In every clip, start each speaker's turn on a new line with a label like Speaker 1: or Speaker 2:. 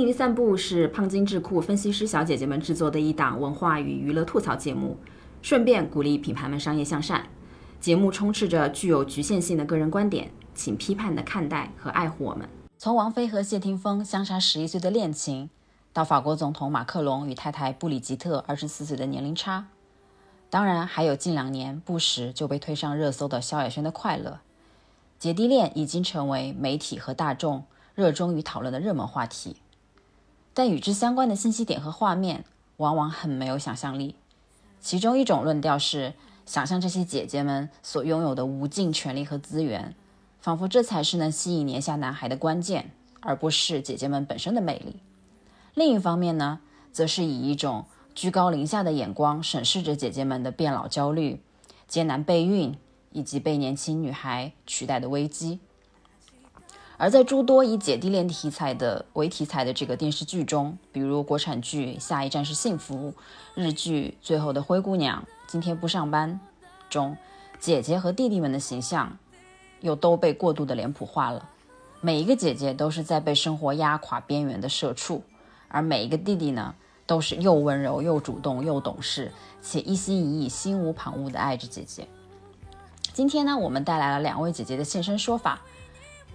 Speaker 1: 迷散步是胖金智库分析师小姐姐们制作的一档文化与娱乐吐槽节目，顺便鼓励品牌们商业向善。节目充斥着具有局限性的个人观点，请批判的看待和爱护我们。从王菲和谢霆锋相差十一岁的恋情，到法国总统马克龙与太太布里吉特二十四岁的年龄差，当然还有近两年不时就被推上热搜的萧亚轩的快乐。姐弟恋已经成为媒体和大众热衷于讨论的热门话题，但与之相关的信息点和画面往往很没有想象力。其中一种论调是。想象这些姐姐们所拥有的无尽权利和资源，仿佛这才是能吸引年下男孩的关键，而不是姐姐们本身的魅力。另一方面呢，则是以一种居高临下的眼光审视着姐姐们的变老焦虑、艰难备孕以及被年轻女孩取代的危机。而在诸多以姐弟恋题材的为题材的这个电视剧中，比如国产剧《下一站是幸福》，日剧《最后的灰姑娘》。今天不上班中，姐姐和弟弟们的形象又都被过度的脸谱化了。每一个姐姐都是在被生活压垮边缘的社畜，而每一个弟弟呢，都是又温柔又主动又懂事，且一心一意、心无旁骛地爱着姐姐。今天呢，我们带来了两位姐姐的现身说法，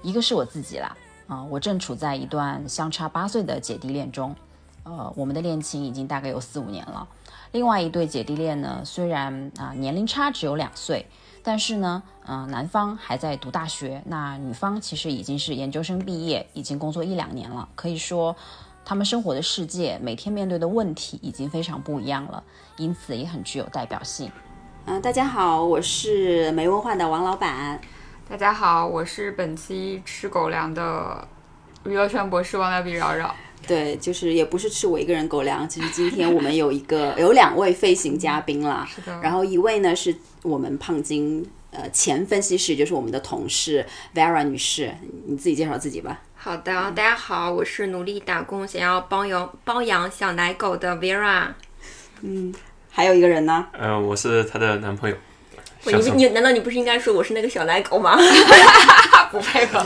Speaker 1: 一个是我自己啦，啊、呃，我正处在一段相差八岁的姐弟恋中，呃，我们的恋情已经大概有四五年了。另外一对姐弟恋呢，虽然啊、呃、年龄差只有两岁，但是呢，嗯、呃，男方还在读大学，那女方其实已经是研究生毕业，已经工作一两年了。可以说，他们生活的世界、每天面对的问题已经非常不一样了，因此也很具有代表性。
Speaker 2: 嗯、呃，大家好，我是没文化的王老板。
Speaker 3: 大家好，我是本期吃狗粮的娱乐圈博士王大比饶饶。
Speaker 2: 对，就是也不是吃我一个人狗粮。其实今天我们有一个有两位飞行嘉宾啦，
Speaker 3: 是的。
Speaker 2: 然后一位呢是我们胖金呃前分析师，就是我们的同事 Vera 女士，你自己介绍自己吧。
Speaker 4: 好的，
Speaker 2: 嗯
Speaker 4: 大家好，我是努力打工想要包养包养小奶狗的 Vera。
Speaker 2: 嗯，还有一个人呢？
Speaker 5: 嗯、呃，我是她的男朋友。
Speaker 4: 你你难道你不是应该说我是那个小奶 狗吗？
Speaker 3: 不配合，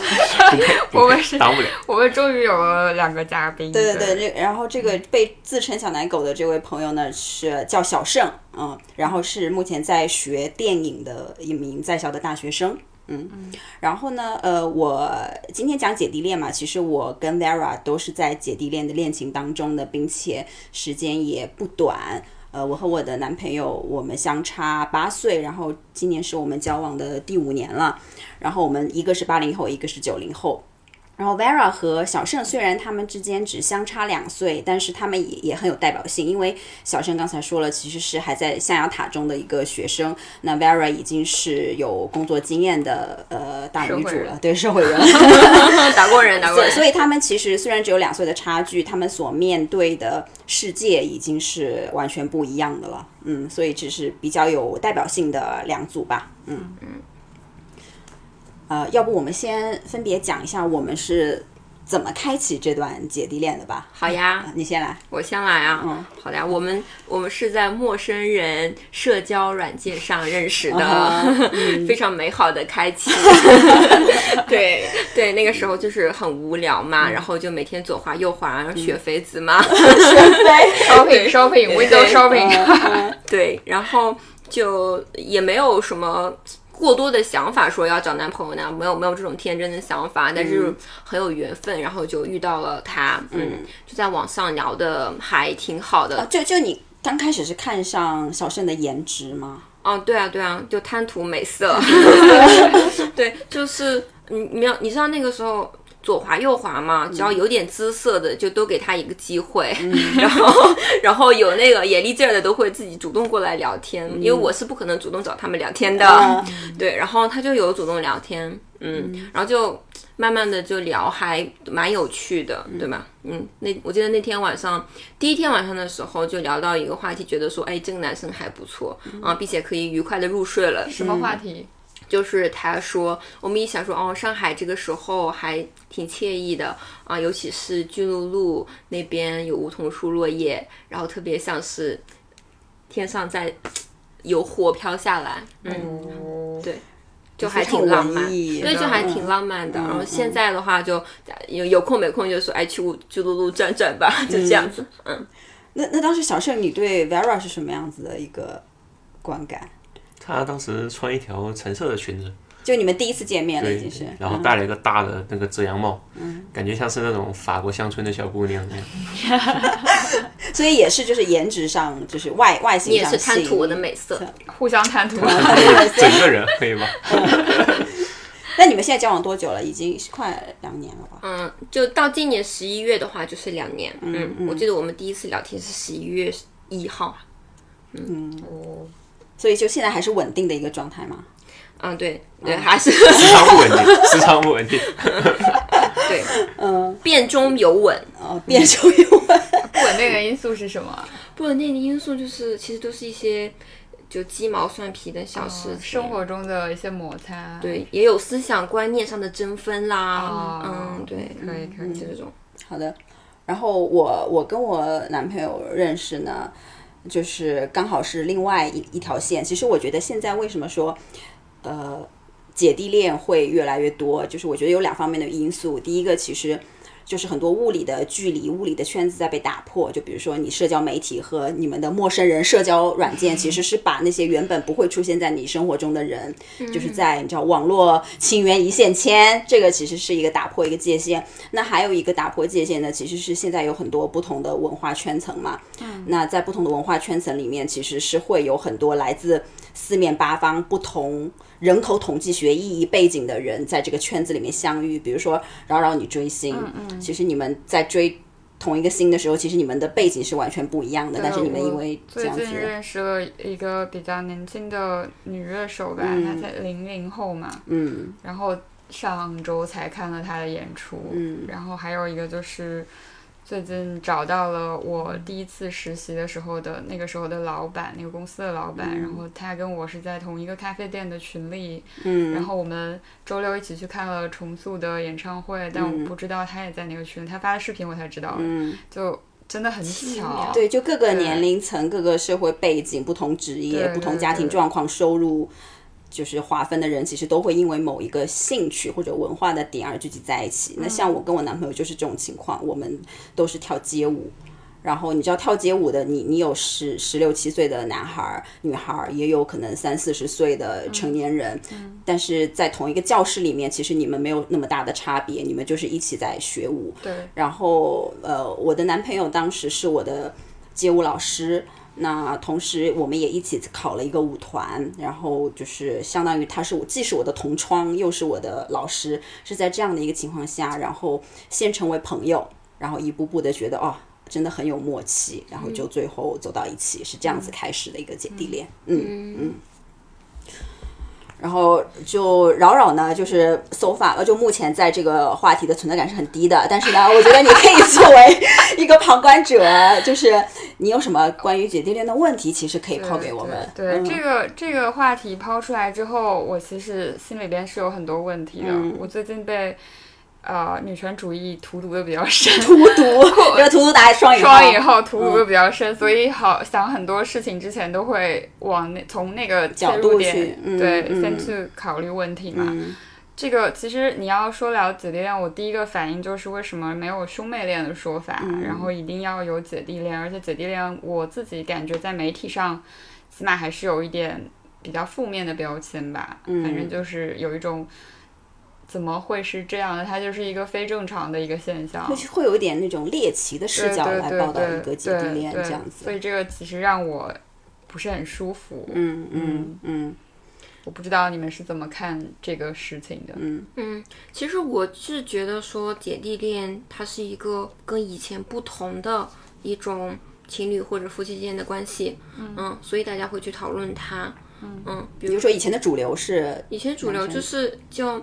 Speaker 5: 我
Speaker 3: 们是
Speaker 5: 当不了。
Speaker 3: 我们终于有了两个嘉宾。
Speaker 2: 对
Speaker 3: 对
Speaker 2: 嗯对，这然后这个被自称小奶狗的这位朋友呢，是叫小盛，嗯，然后是目前在学电影的一名在校的大学生，嗯，嗯然后呢，呃，我今天讲姐弟恋嘛，其实我跟 Vera 都是在姐弟恋的恋情当中的，并且时间也不短。呃，我和我的男朋友，我们相差八岁，然后今年是我们交往的第五年了。然后我们一个是八零后，一个是九零后。然后 Vera 和小盛虽然他们之间只相差两岁，但是他们也也很有代表性，因为小盛刚才说了，其实是还在象牙塔中的一个学生，那 Vera 已经是有工作经验的呃大女主了，对社会人，
Speaker 4: 打工人，打工人。
Speaker 2: 所以他们其实虽然只有两岁的差距，他们所面对的世界已经是完全不一样的了，嗯，所以这是比较有代表性的两组吧，嗯嗯。呃，要不我们先分别讲一下我们是怎么开启这段姐弟恋的吧？
Speaker 4: 好呀、
Speaker 2: 呃，你先来，
Speaker 4: 我先来啊。嗯，好的呀，我们我们是在陌生人社交软件上认识的，uh
Speaker 2: 啊嗯
Speaker 4: huh. 非常美好的开 启。 对对，那个时候就是很无聊
Speaker 2: 嗯
Speaker 4: 嘛，然后就每天左滑右滑，然后雪肥子嘛，
Speaker 2: 雪
Speaker 3: 肥 shopping shopping window shopping，
Speaker 4: 对，然后就也没有什么。过多的想法说要找男朋友呢，没有没有这种天真的想法，但是很有缘分，然后就遇到了他，嗯，就在网上聊的还挺好的。
Speaker 2: 啊、就就你刚开始是看上小盛的颜值吗？
Speaker 4: 哦、啊，对啊对啊，就贪图美色，对，就是你你要你知道那个时候。左滑右滑嘛，只要有点姿色的，就都给他一个机会。嗯、 然后，然后有那个眼力劲儿的，都会自己主动过来聊天，嗯、因为我是不可能主动找他们聊天的。嗯、 对，然后他就有主动聊天，嗯，然后就慢慢的就聊，还蛮有趣的，对吧？嗯，那我记得那天晚上，第一天晚上的时候就聊到一个话题，觉得说，哎，这个男生还不错啊，并且可以愉快的入睡了。
Speaker 3: 什么
Speaker 2: 嗯
Speaker 3: 话题？
Speaker 4: 就是他说，我们一想说，哦，上海这个时候还挺惬意的啊，尤其是巨鹿路那边有梧桐树落叶，然后特别像是天上在有火飘下来，嗯，嗯对。就还
Speaker 2: 非常
Speaker 4: 挺浪漫，
Speaker 2: 文艺
Speaker 4: 对，
Speaker 2: 是
Speaker 4: 就
Speaker 2: 吧
Speaker 4: 还挺浪漫的。然后现在的话就，有有空没空就说，哎，去去露露转转吧，就这样子。嗯，
Speaker 2: 那那当时小盛，你对 Vera 是什么样子的一个观感？
Speaker 5: 她当时穿一条橙色的裙子，
Speaker 2: 就你们第一次见面了，已
Speaker 5: 对
Speaker 2: 经是，，嗯
Speaker 5: 然后戴了一个大的那个遮阳帽，感觉像是那种法国乡村的小姑娘那样。
Speaker 2: 所以也是就是颜值上，就是外外
Speaker 4: 你
Speaker 2: 形
Speaker 4: 也
Speaker 2: 上
Speaker 4: 是贪
Speaker 2: 吸
Speaker 4: 图
Speaker 2: 引
Speaker 4: 我
Speaker 2: 你
Speaker 4: 的美色，
Speaker 3: 互相贪图。
Speaker 5: 整个人可以吗？
Speaker 2: 那你们现在交往多久了？已经是快两年了吧？
Speaker 4: 嗯，就到今年十一月的话，就是两年。嗯，我记得我们第一次聊天是十一月一号。啊
Speaker 2: 所以就现在还是稳定的一个状态嘛。
Speaker 4: 嗯，对对，
Speaker 3: 啊
Speaker 4: 还是
Speaker 5: 时常不稳定， 时常不稳定。
Speaker 4: 对，嗯，变中有稳。
Speaker 2: 哦，变手有稳，
Speaker 3: 不稳定的因素是什 么？
Speaker 4: 不稳定的因素就是，其实都是一些就鸡毛蒜皮的小事情。
Speaker 3: 哦嗯生活中的一些摩擦。
Speaker 4: 对，也有思想观念上的争分啦
Speaker 3: 哦。
Speaker 4: 嗯，对，
Speaker 3: 可以可以
Speaker 4: 就这种。
Speaker 2: 好的，然后我我跟我男朋友认识呢，就是刚好是另外一一条线。其实我觉得现在为什么说，呃，姐弟恋会越来越多，就是我觉得有两方面的因素。第一个其实。就是很多物理的距离、物理的圈子在被打破。就比如说，你社交媒体和你们的陌生人社交软件，其实是把那些原本不会出现在你生活中的人，就是在你知道网络亲缘一线牵，这个其实是一个打破一个界限。那还有一个打破界限呢，其实是现在有很多不同的文化圈层嘛。嗯，那在不同的文化圈层里面，其实是会有很多来自四面八方不同人口统计学意义背景的人在这个圈子里面相遇。比如说，扰扰你追星，
Speaker 3: 嗯
Speaker 2: 其实你们在追同一个星的时候，其实你们的背景是完全不一样的，但是你们因为这
Speaker 3: 最
Speaker 2: 样子，
Speaker 3: 近认识了一个比较年轻的女乐手吧，
Speaker 2: 嗯
Speaker 3: 她才零零后嘛，
Speaker 2: 嗯
Speaker 3: 然后上周才看了她的演出，
Speaker 2: 嗯
Speaker 3: 然后还有一个就是最近找到了我第一次实习的时候的那个时候的老板，那个公司的老板，然后他跟我是在同一个咖啡店的群里，
Speaker 2: 嗯，
Speaker 3: 然后我们周六一起去看了重塑的演唱会，但我不知道他也在那个群，他发的视频我才知道的，
Speaker 2: 嗯，
Speaker 3: 就真的很巧，
Speaker 2: 对，就各个
Speaker 3: 对
Speaker 2: 年龄层、各个社会背景、不同职业、
Speaker 3: 对
Speaker 2: 不同
Speaker 3: 对
Speaker 2: 家庭
Speaker 3: 对
Speaker 2: 状况、收入，就是划分的人，其实都会因为某一个兴趣或者文化的点而聚集在一起。
Speaker 3: 嗯
Speaker 2: 那像我跟我男朋友就是这种情况，我们都是跳街舞。然后你知道跳街舞的你，你有十十六七岁的男孩儿、女孩儿，也有可能三四十岁的
Speaker 3: 嗯
Speaker 2: 成年人，但是在同一个教室里面，其实你们没有那么大的差别，你们就是一起在学舞。
Speaker 3: 对，
Speaker 2: 然后呃，我的男朋友当时是我的街舞老师，那同时我们也一起考了一个舞团，然后就是相当于他是我既是我的同窗，又是我的老师，是在这样的一个情况下，然后先成为朋友，然后一步步的觉得哦。真的很有默契，然后就最后走到一起，是这样子开始的一个姐弟恋。嗯嗯然后就扰扰呢，就是 so far，呃就目前在这个话题的存在感是很低的，但是呢，我觉得你可以 作为一个旁观者，就是你有什么关于姐弟恋的问题，其实可以抛给我们。
Speaker 3: 对对
Speaker 2: 嗯
Speaker 3: 这个这个话题抛出来之后，我其实心里边是有很多问题的。
Speaker 2: 嗯
Speaker 3: 我最近被呃女权主义荼毒的比较深，
Speaker 2: 荼毒，这个荼毒打双引号
Speaker 3: 双引号荼毒
Speaker 2: 嗯
Speaker 3: 的比较深，所以好想很多事情之前都会往那从那个切
Speaker 2: 角
Speaker 3: 入
Speaker 2: 度
Speaker 3: 点
Speaker 2: 去嗯
Speaker 3: 对、
Speaker 2: 嗯
Speaker 3: 先去考虑问题嘛。
Speaker 2: 嗯
Speaker 3: 这个其实你要说聊姐弟恋，我第一个反应就是为什么没有兄妹恋的说法，
Speaker 2: 嗯
Speaker 3: 然后一定要有姐弟恋，而且姐弟恋我自己感觉在媒体上，起码还是有一点比较负面的标签吧，
Speaker 2: 嗯
Speaker 3: 反正就是有一种怎么会是这样的，它就是一个非正常的一个现象，
Speaker 2: 会会有一点那种猎奇的视角来报道一个姐弟恋
Speaker 3: 对对
Speaker 2: 这样
Speaker 3: 所
Speaker 2: 子。
Speaker 3: 以这个其实让我不是很舒服，
Speaker 2: 嗯嗯嗯
Speaker 3: 我不知道你们是怎么看这个事情的，
Speaker 2: 嗯
Speaker 4: 嗯，其实我是觉得说姐弟恋它是一个跟以前不同的一种情侣或者夫妻之间的关系，嗯所以大家会去讨论它，嗯
Speaker 2: 比
Speaker 4: 比如
Speaker 2: 如说以前的主流是
Speaker 4: 以前主流就是叫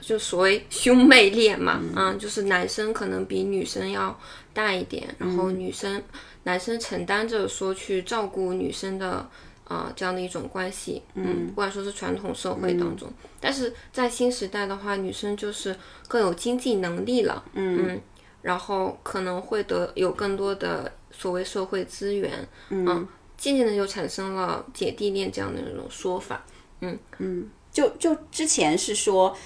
Speaker 4: 就所谓兄妹恋嘛，嗯就是男生可能比女生要大一点，然后女生、男生承担着说去照顾女生的。呃，这样的一种关系，嗯，不管说是传统社会当中，但是在新时代的话，女生就是更有经济能力了，嗯然后可能会得有更多的所谓社会资源，啊嗯，渐渐的就产生了姐弟恋这样的一种说法，嗯
Speaker 2: 就就之前是说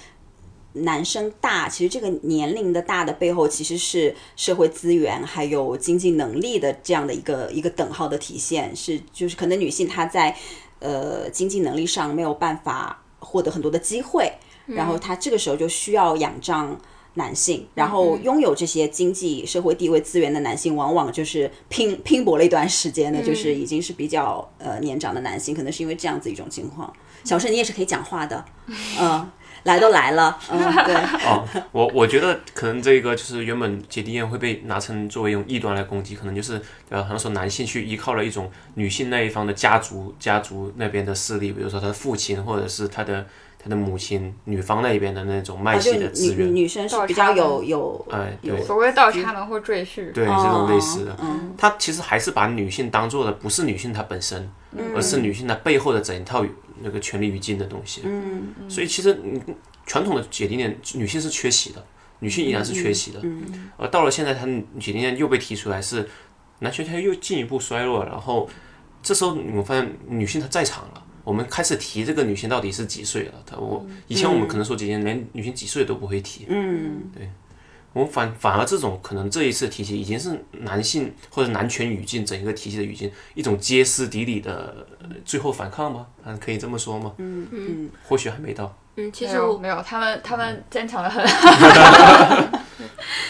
Speaker 2: 男生大，其实这个年龄的大的背后其实是社会资源还有经济能力的这样的一个一个等号的体现，是就是可能女性她在呃经济能力上没有办法获得很多的机会，然后她这个时候就需要仰仗。男性，然后拥有这些经济社会地位资源的男性，往往就是拼拼搏了一段时间的，就是已经是比较呃年长的男性，可能是因为这样子一种情况。小盛，你也是可以讲话的，嗯，来都来了，嗯， 对，
Speaker 5: 哦，我我觉得可能这个就是原本姐弟恋会被拿成作为一种异端来攻击，可能就是呃，好像说男性去依靠了一种女性那一方的家族家族那边的势力，比如说他的父亲或者是他的他的母亲女方那一边的那种
Speaker 2: 啊
Speaker 5: 脉
Speaker 2: 就
Speaker 5: 系
Speaker 2: 女
Speaker 5: 的资
Speaker 2: 女
Speaker 5: 源，
Speaker 2: 女生是比较有有
Speaker 5: 哎，
Speaker 2: 有
Speaker 5: 对，
Speaker 3: 所谓倒插门或赘婿，
Speaker 5: 对，这种类似的，
Speaker 2: 嗯
Speaker 5: 他其实还是把女性当做的不是女性她本身，
Speaker 3: 嗯
Speaker 5: 而呃是女性她背后的整套那个权力与禁的东西。
Speaker 2: 嗯
Speaker 5: 所以其实你传统的姐弟恋，女性是缺席的，女性依然是缺席的。
Speaker 2: 嗯
Speaker 5: 而到了现在，他们姐弟恋又被提出来是男权他又进一步衰落了，然后这时候我发现女性她在场了。我们开始提这个女性到底是几岁了？她我以前我们可能说姐弟恋连女性几岁都不会提，
Speaker 2: 嗯
Speaker 5: 我们反反而这种可能这一次提起已经是男性或者男权语境整一个体系的语境一种歇斯底里的呃最后反抗吗？嗯，可以这么说吗？
Speaker 2: 嗯嗯，
Speaker 5: 或许还没到。
Speaker 4: 嗯，其
Speaker 3: 没
Speaker 4: 实
Speaker 3: 有
Speaker 4: 我
Speaker 3: 没有，他们他们坚强的很。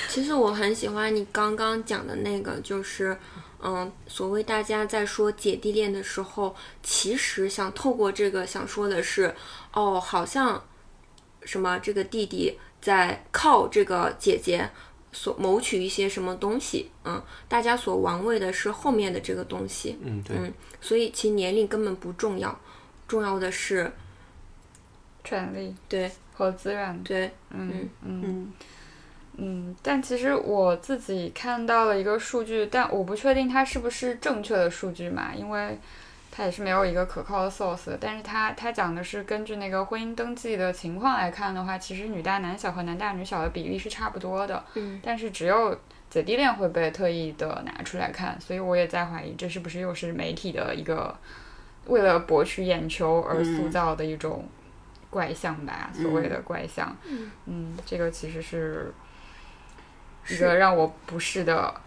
Speaker 4: 其实我很喜欢你刚刚讲的那个，就是，嗯，所谓大家在说姐弟恋的时候，其实想透过这个想说的是，哦，好像什么这个弟弟在靠这个姐姐所谋取一些什么东西，嗯，大家所玩味的是后面的这个东西，
Speaker 5: 嗯，对，
Speaker 4: 嗯所以其实年龄根本不重要，重要的是
Speaker 3: 权利
Speaker 4: 对
Speaker 3: 和资源。
Speaker 4: 对，
Speaker 3: 嗯嗯
Speaker 2: 嗯
Speaker 3: 嗯，但其实我自己看到了一个数据，但我不确定它是不是正确的数据嘛，因为它也是没有一个可靠的 source 的。但是它它讲的是根据那个婚姻登记的情况来看的话，其实女大男小和男大女小的比例是差不多的，
Speaker 4: 嗯
Speaker 3: 但是只有。姐弟恋会被特意的拿出来看，所以我也在怀疑这是不是又是媒体的一个为了博取眼球而
Speaker 2: 嗯
Speaker 3: 塑造的一种怪象吧，所谓的怪象。
Speaker 4: 嗯
Speaker 3: 嗯，这个其实是一个让我不适的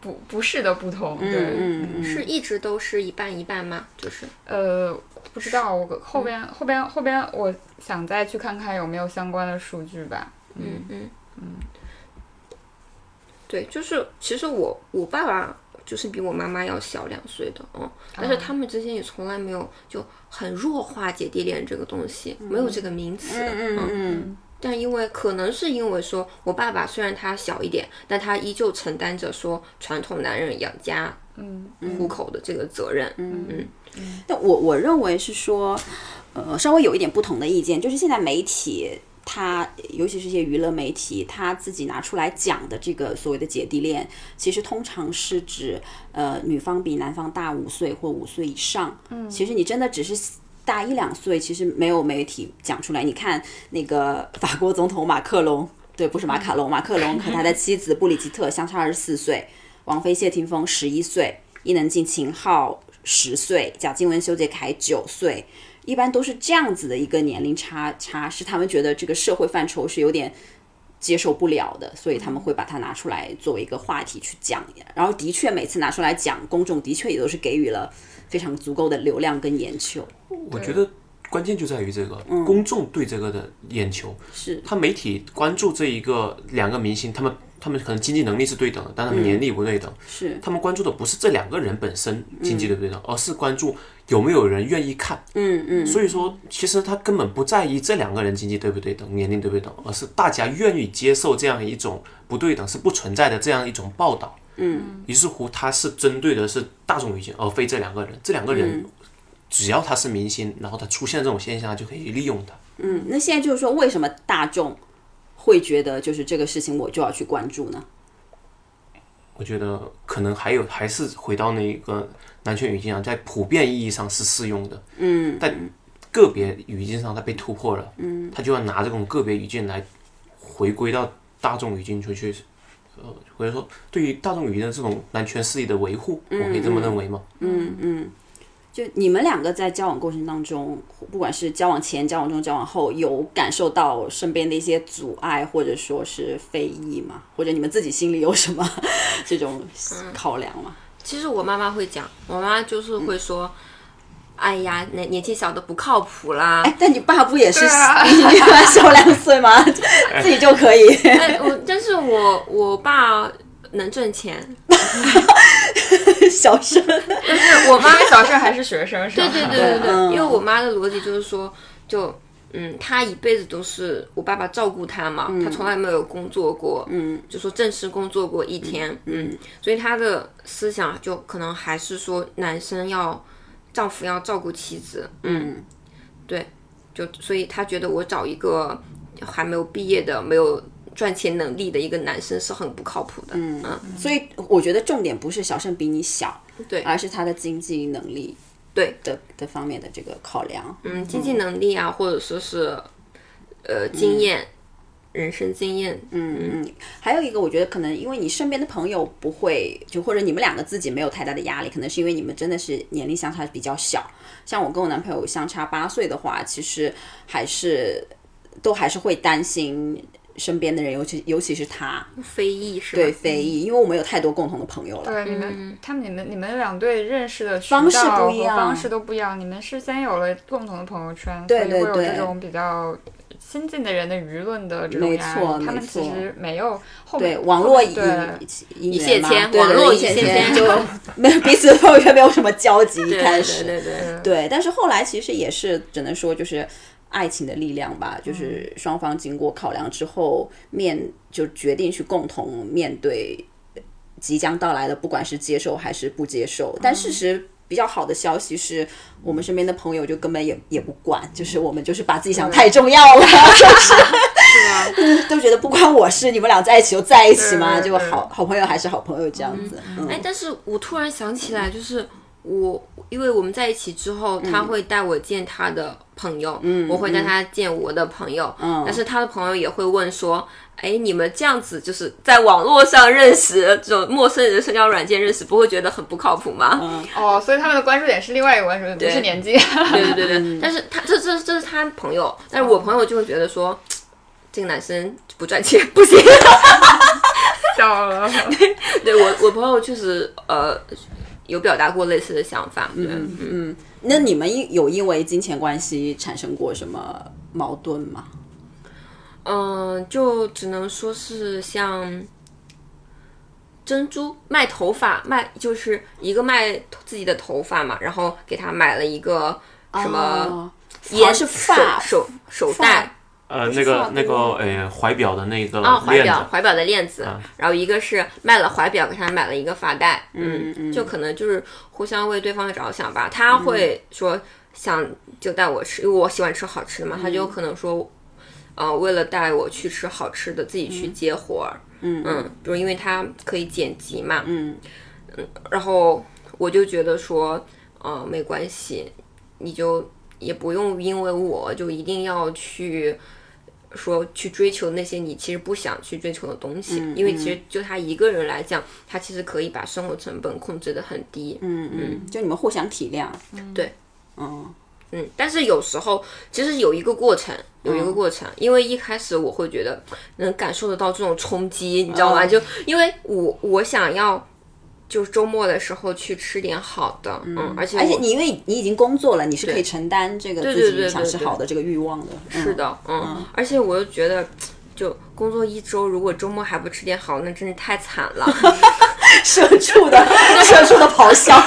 Speaker 3: 不不适的不同。对，
Speaker 2: 嗯嗯
Speaker 4: 是一直都是一半一半吗？就是，
Speaker 3: 呃，不知道我后边
Speaker 2: 嗯
Speaker 3: 后边后边，我想再去看看有没有相关的数据吧。
Speaker 4: 嗯嗯，对，就是其实我我爸爸就是比我妈妈要小两岁的，
Speaker 2: 啊
Speaker 4: 嗯，但是他们之间也从来没有就很弱化姐弟恋这个东西，没有这个名词，
Speaker 2: 嗯嗯
Speaker 4: 但因为可能是因为说我爸爸虽然他小一点，但他依旧承担着说传统男人养家
Speaker 3: 嗯
Speaker 4: 糊口的这个责任，嗯嗯
Speaker 2: 嗯，但我我认为是说，呃，稍微有一点不同的意见，就是现在媒体。它尤其是一些娱乐媒体，它自己拿出来讲的这个所谓的姐弟恋，其实通常是指呃女方比男方大五岁或五岁以上。嗯，其实你真的只是大一两岁，其实没有媒体讲出来。你看那个法国总统马克龙，对，不是马卡龙，马克龙和他的妻子布里吉特相差二十四岁，王菲、谢霆锋十一岁，伊能静、秦昊十岁，贾静雯、修杰楷九岁。一般都是这样子的一个年龄差差，是他们觉得这个社会范畴是有点接受不了的，所以他们会把它拿出来作为一个话题去讲。然后的确每次拿出来讲，公众的确也都是给予了非常足够的流量跟眼球。
Speaker 5: 我觉得关键就在于这个、公众对这个的眼球，
Speaker 2: 嗯是，
Speaker 5: 他媒体关注这一个两个明星，他们他们可能经济能力是对等的，但
Speaker 2: 嗯
Speaker 5: 他们年龄不对等，
Speaker 2: 是
Speaker 5: 他们关注的不是这两个人本身经济对不对等，而是关注有没有人愿意看。
Speaker 2: 嗯嗯，
Speaker 5: 所以说，其实他根本不在意这两个人经济对不对等、年龄对不对等，而是大家愿意接受这样一种不对等是不存在的这样一种报道。嗯，于是乎，他是针对的是大众语境，而非这两个人。这两个
Speaker 2: 嗯
Speaker 5: 人，只要他是明星，然后他出现这种现象，就可以利用他。
Speaker 2: 嗯，那现在就是说，为什么大众会觉得就是这个事情我就要去关注呢？
Speaker 5: 我觉得可能还有还是回到那个男权语境上，在普遍意义上是适用的，嗯，但个别语境上它被突破了，嗯，他就要拿这种个别语境来回归到大众语境出去，呃，或嗯者说对于大众语境的这种男权势力的维护，我可以这么认为吗？
Speaker 2: 嗯嗯，就你们两个在交往过程当中，不管是交往前、交往中、交往后，有感受到身边的一些阻碍，或者说是非议吗？或者你们自己心里有什么 这种考量吗？
Speaker 4: 其实我妈妈会讲，我妈妈就是会说。哎呀，年年纪小的不靠谱啦！
Speaker 2: 哎，但你爸不也是
Speaker 3: 对啊
Speaker 2: 比你妈小两岁吗？ 自己就可以。
Speaker 4: 哎，我但是我我爸能挣钱，
Speaker 2: 小声，
Speaker 4: 我妈
Speaker 3: 小时候还是学生是吧？
Speaker 4: 对对对对对，
Speaker 2: 嗯
Speaker 4: 因为我妈的逻辑就是说，就嗯，她一辈子都是我爸爸照顾她嘛，她从来没有工作过，嗯，就说正式工作过一天，嗯，所以她的思想就可能还是说男生要丈夫要照顾妻子，嗯，对，就所以她觉得我找一个还没有毕业的没有。赚钱能力的一个男生是很不靠谱的，嗯
Speaker 2: 所以我觉得重点不是小胜比你小，
Speaker 4: 对
Speaker 2: 而是他的经济能力
Speaker 4: 对
Speaker 2: 的的方面的这个考量。
Speaker 4: 嗯，经济能力啊，或者说是呃经验、人生经验，
Speaker 2: 嗯嗯，还有一个，我觉得可能因为你身边的朋友不会，就或者你们两个自己没有太大的压力，可能是因为你们真的是年龄相差比较小。像我跟我男朋友相差八岁的话，其实还是都还是会担心身边的人，尤其尤其是他
Speaker 4: 非议是吧？
Speaker 2: 对非议，因为我们有太多共同的朋友
Speaker 4: 嗯
Speaker 2: 了。
Speaker 3: 对，你们他们你们你们两队认识的渠
Speaker 2: 嗯方式
Speaker 3: 道
Speaker 2: 不一
Speaker 3: 和
Speaker 2: 样
Speaker 3: 方式都不一样，你们是先有了共同的朋友圈，
Speaker 2: 对
Speaker 3: 所
Speaker 2: 对
Speaker 3: 以会有
Speaker 2: 对
Speaker 3: 这种比较新进的人的舆论的这种
Speaker 2: 没
Speaker 3: 压
Speaker 2: 错
Speaker 3: 力。他
Speaker 2: 没
Speaker 3: 们其
Speaker 2: 错
Speaker 3: 实没有后
Speaker 2: 对
Speaker 3: 面
Speaker 2: 网络
Speaker 3: 对
Speaker 2: 一一
Speaker 4: 一泻千
Speaker 2: 对
Speaker 4: 网
Speaker 2: 对
Speaker 4: 络
Speaker 2: 对
Speaker 4: 一
Speaker 2: 一泻
Speaker 4: 泻
Speaker 2: 千
Speaker 4: 千
Speaker 2: 就没有彼此的朋友圈没有什么交集，一
Speaker 4: 对
Speaker 2: 开
Speaker 4: 对
Speaker 2: 始。
Speaker 4: 对对对，
Speaker 2: 对，但是后来其实也是只能说就是爱情的力量吧，就是
Speaker 3: 嗯
Speaker 2: 双方经过考量之后面就决定去共同面对即将到来的，不管是接受还是不接受。但
Speaker 3: 嗯
Speaker 2: 事实比较好的消息是我们身边的朋友就根本也也不管，就是我们就是把自己想太重要 了， 就是都觉得不关我事，你们俩在一起就在一起嘛，
Speaker 3: 对
Speaker 2: 就
Speaker 3: 对
Speaker 2: 好好朋友还是好朋友这样子。嗯
Speaker 4: 哎，但是我突然想起来，就是我，因为我们在一起之后，他会带我见他的朋友，嗯，我会带他见我的朋友，嗯，但是他的朋友也会问说，哎，你们这样子就是在网络上认识这种陌生人的社交软件认识，不会觉得很不靠谱吗？
Speaker 3: 哦，所以他们的关注点是另外一个关注点，不是
Speaker 4: 对
Speaker 3: 年纪。
Speaker 4: 对对对
Speaker 2: 嗯
Speaker 4: 对，但是他这这这是他朋友，但是
Speaker 2: 哦
Speaker 4: 我朋友就会觉得说，这个男生不赚钱 不行。
Speaker 3: 笑了，
Speaker 4: 对我我朋友确实呃有表达过类似的想法，对，嗯
Speaker 2: 那你们因有因为金钱关系产生过什么矛盾吗？
Speaker 4: 嗯，就只能说是像。珍珠卖头发，卖就是一个卖自己的头发嘛，然后给他买了一个什么
Speaker 2: 哦
Speaker 4: 烟
Speaker 2: 好像是发
Speaker 4: 手手手袋，
Speaker 5: 呃，
Speaker 2: 不是
Speaker 5: 那
Speaker 2: 发
Speaker 5: 个
Speaker 2: 箍
Speaker 5: 那个呃，怀表的那个
Speaker 4: 啊，怀
Speaker 5: 链子
Speaker 4: 表，怀表的链子，然后一个是卖了怀表，给他买了一个发带，嗯，就可能就是互相为对方着想吧。他会说想就带我吃，因为我喜欢吃好吃的嘛，他就可能说，呃，为了带我去吃好吃的，自己去接活儿，嗯比如因为他可以剪辑嘛，嗯然后我就觉得说，呃，没关系，你就也不用因为我就一定要去。说去追求那些你其实不想去追求的东西，
Speaker 2: 嗯
Speaker 4: 因为其实就他一个人来讲，他其实可以把生活成本控制的很低，嗯
Speaker 2: 嗯，就你们互相体谅，
Speaker 4: 对，
Speaker 2: 嗯
Speaker 4: 嗯，但是有时候其实有一个过程，有
Speaker 2: 嗯
Speaker 4: 一个过程，因为一开始我会觉得能感受得到这种冲击，你知道吗？
Speaker 2: 嗯
Speaker 4: 就因为我我想要就是周末的时候去吃点好的，嗯，而且
Speaker 2: 而且
Speaker 4: 我
Speaker 2: 你因为你已经工作了，你是可以承担这个
Speaker 4: 对
Speaker 2: 自
Speaker 4: 对
Speaker 2: 己
Speaker 4: 对
Speaker 2: 想吃好的这个欲望的。
Speaker 4: 是的，嗯，而且我又觉得。就工作一周，如果周末还不吃点好，那真是太惨了。
Speaker 2: 嗯， 社畜 的社畜的咆哮。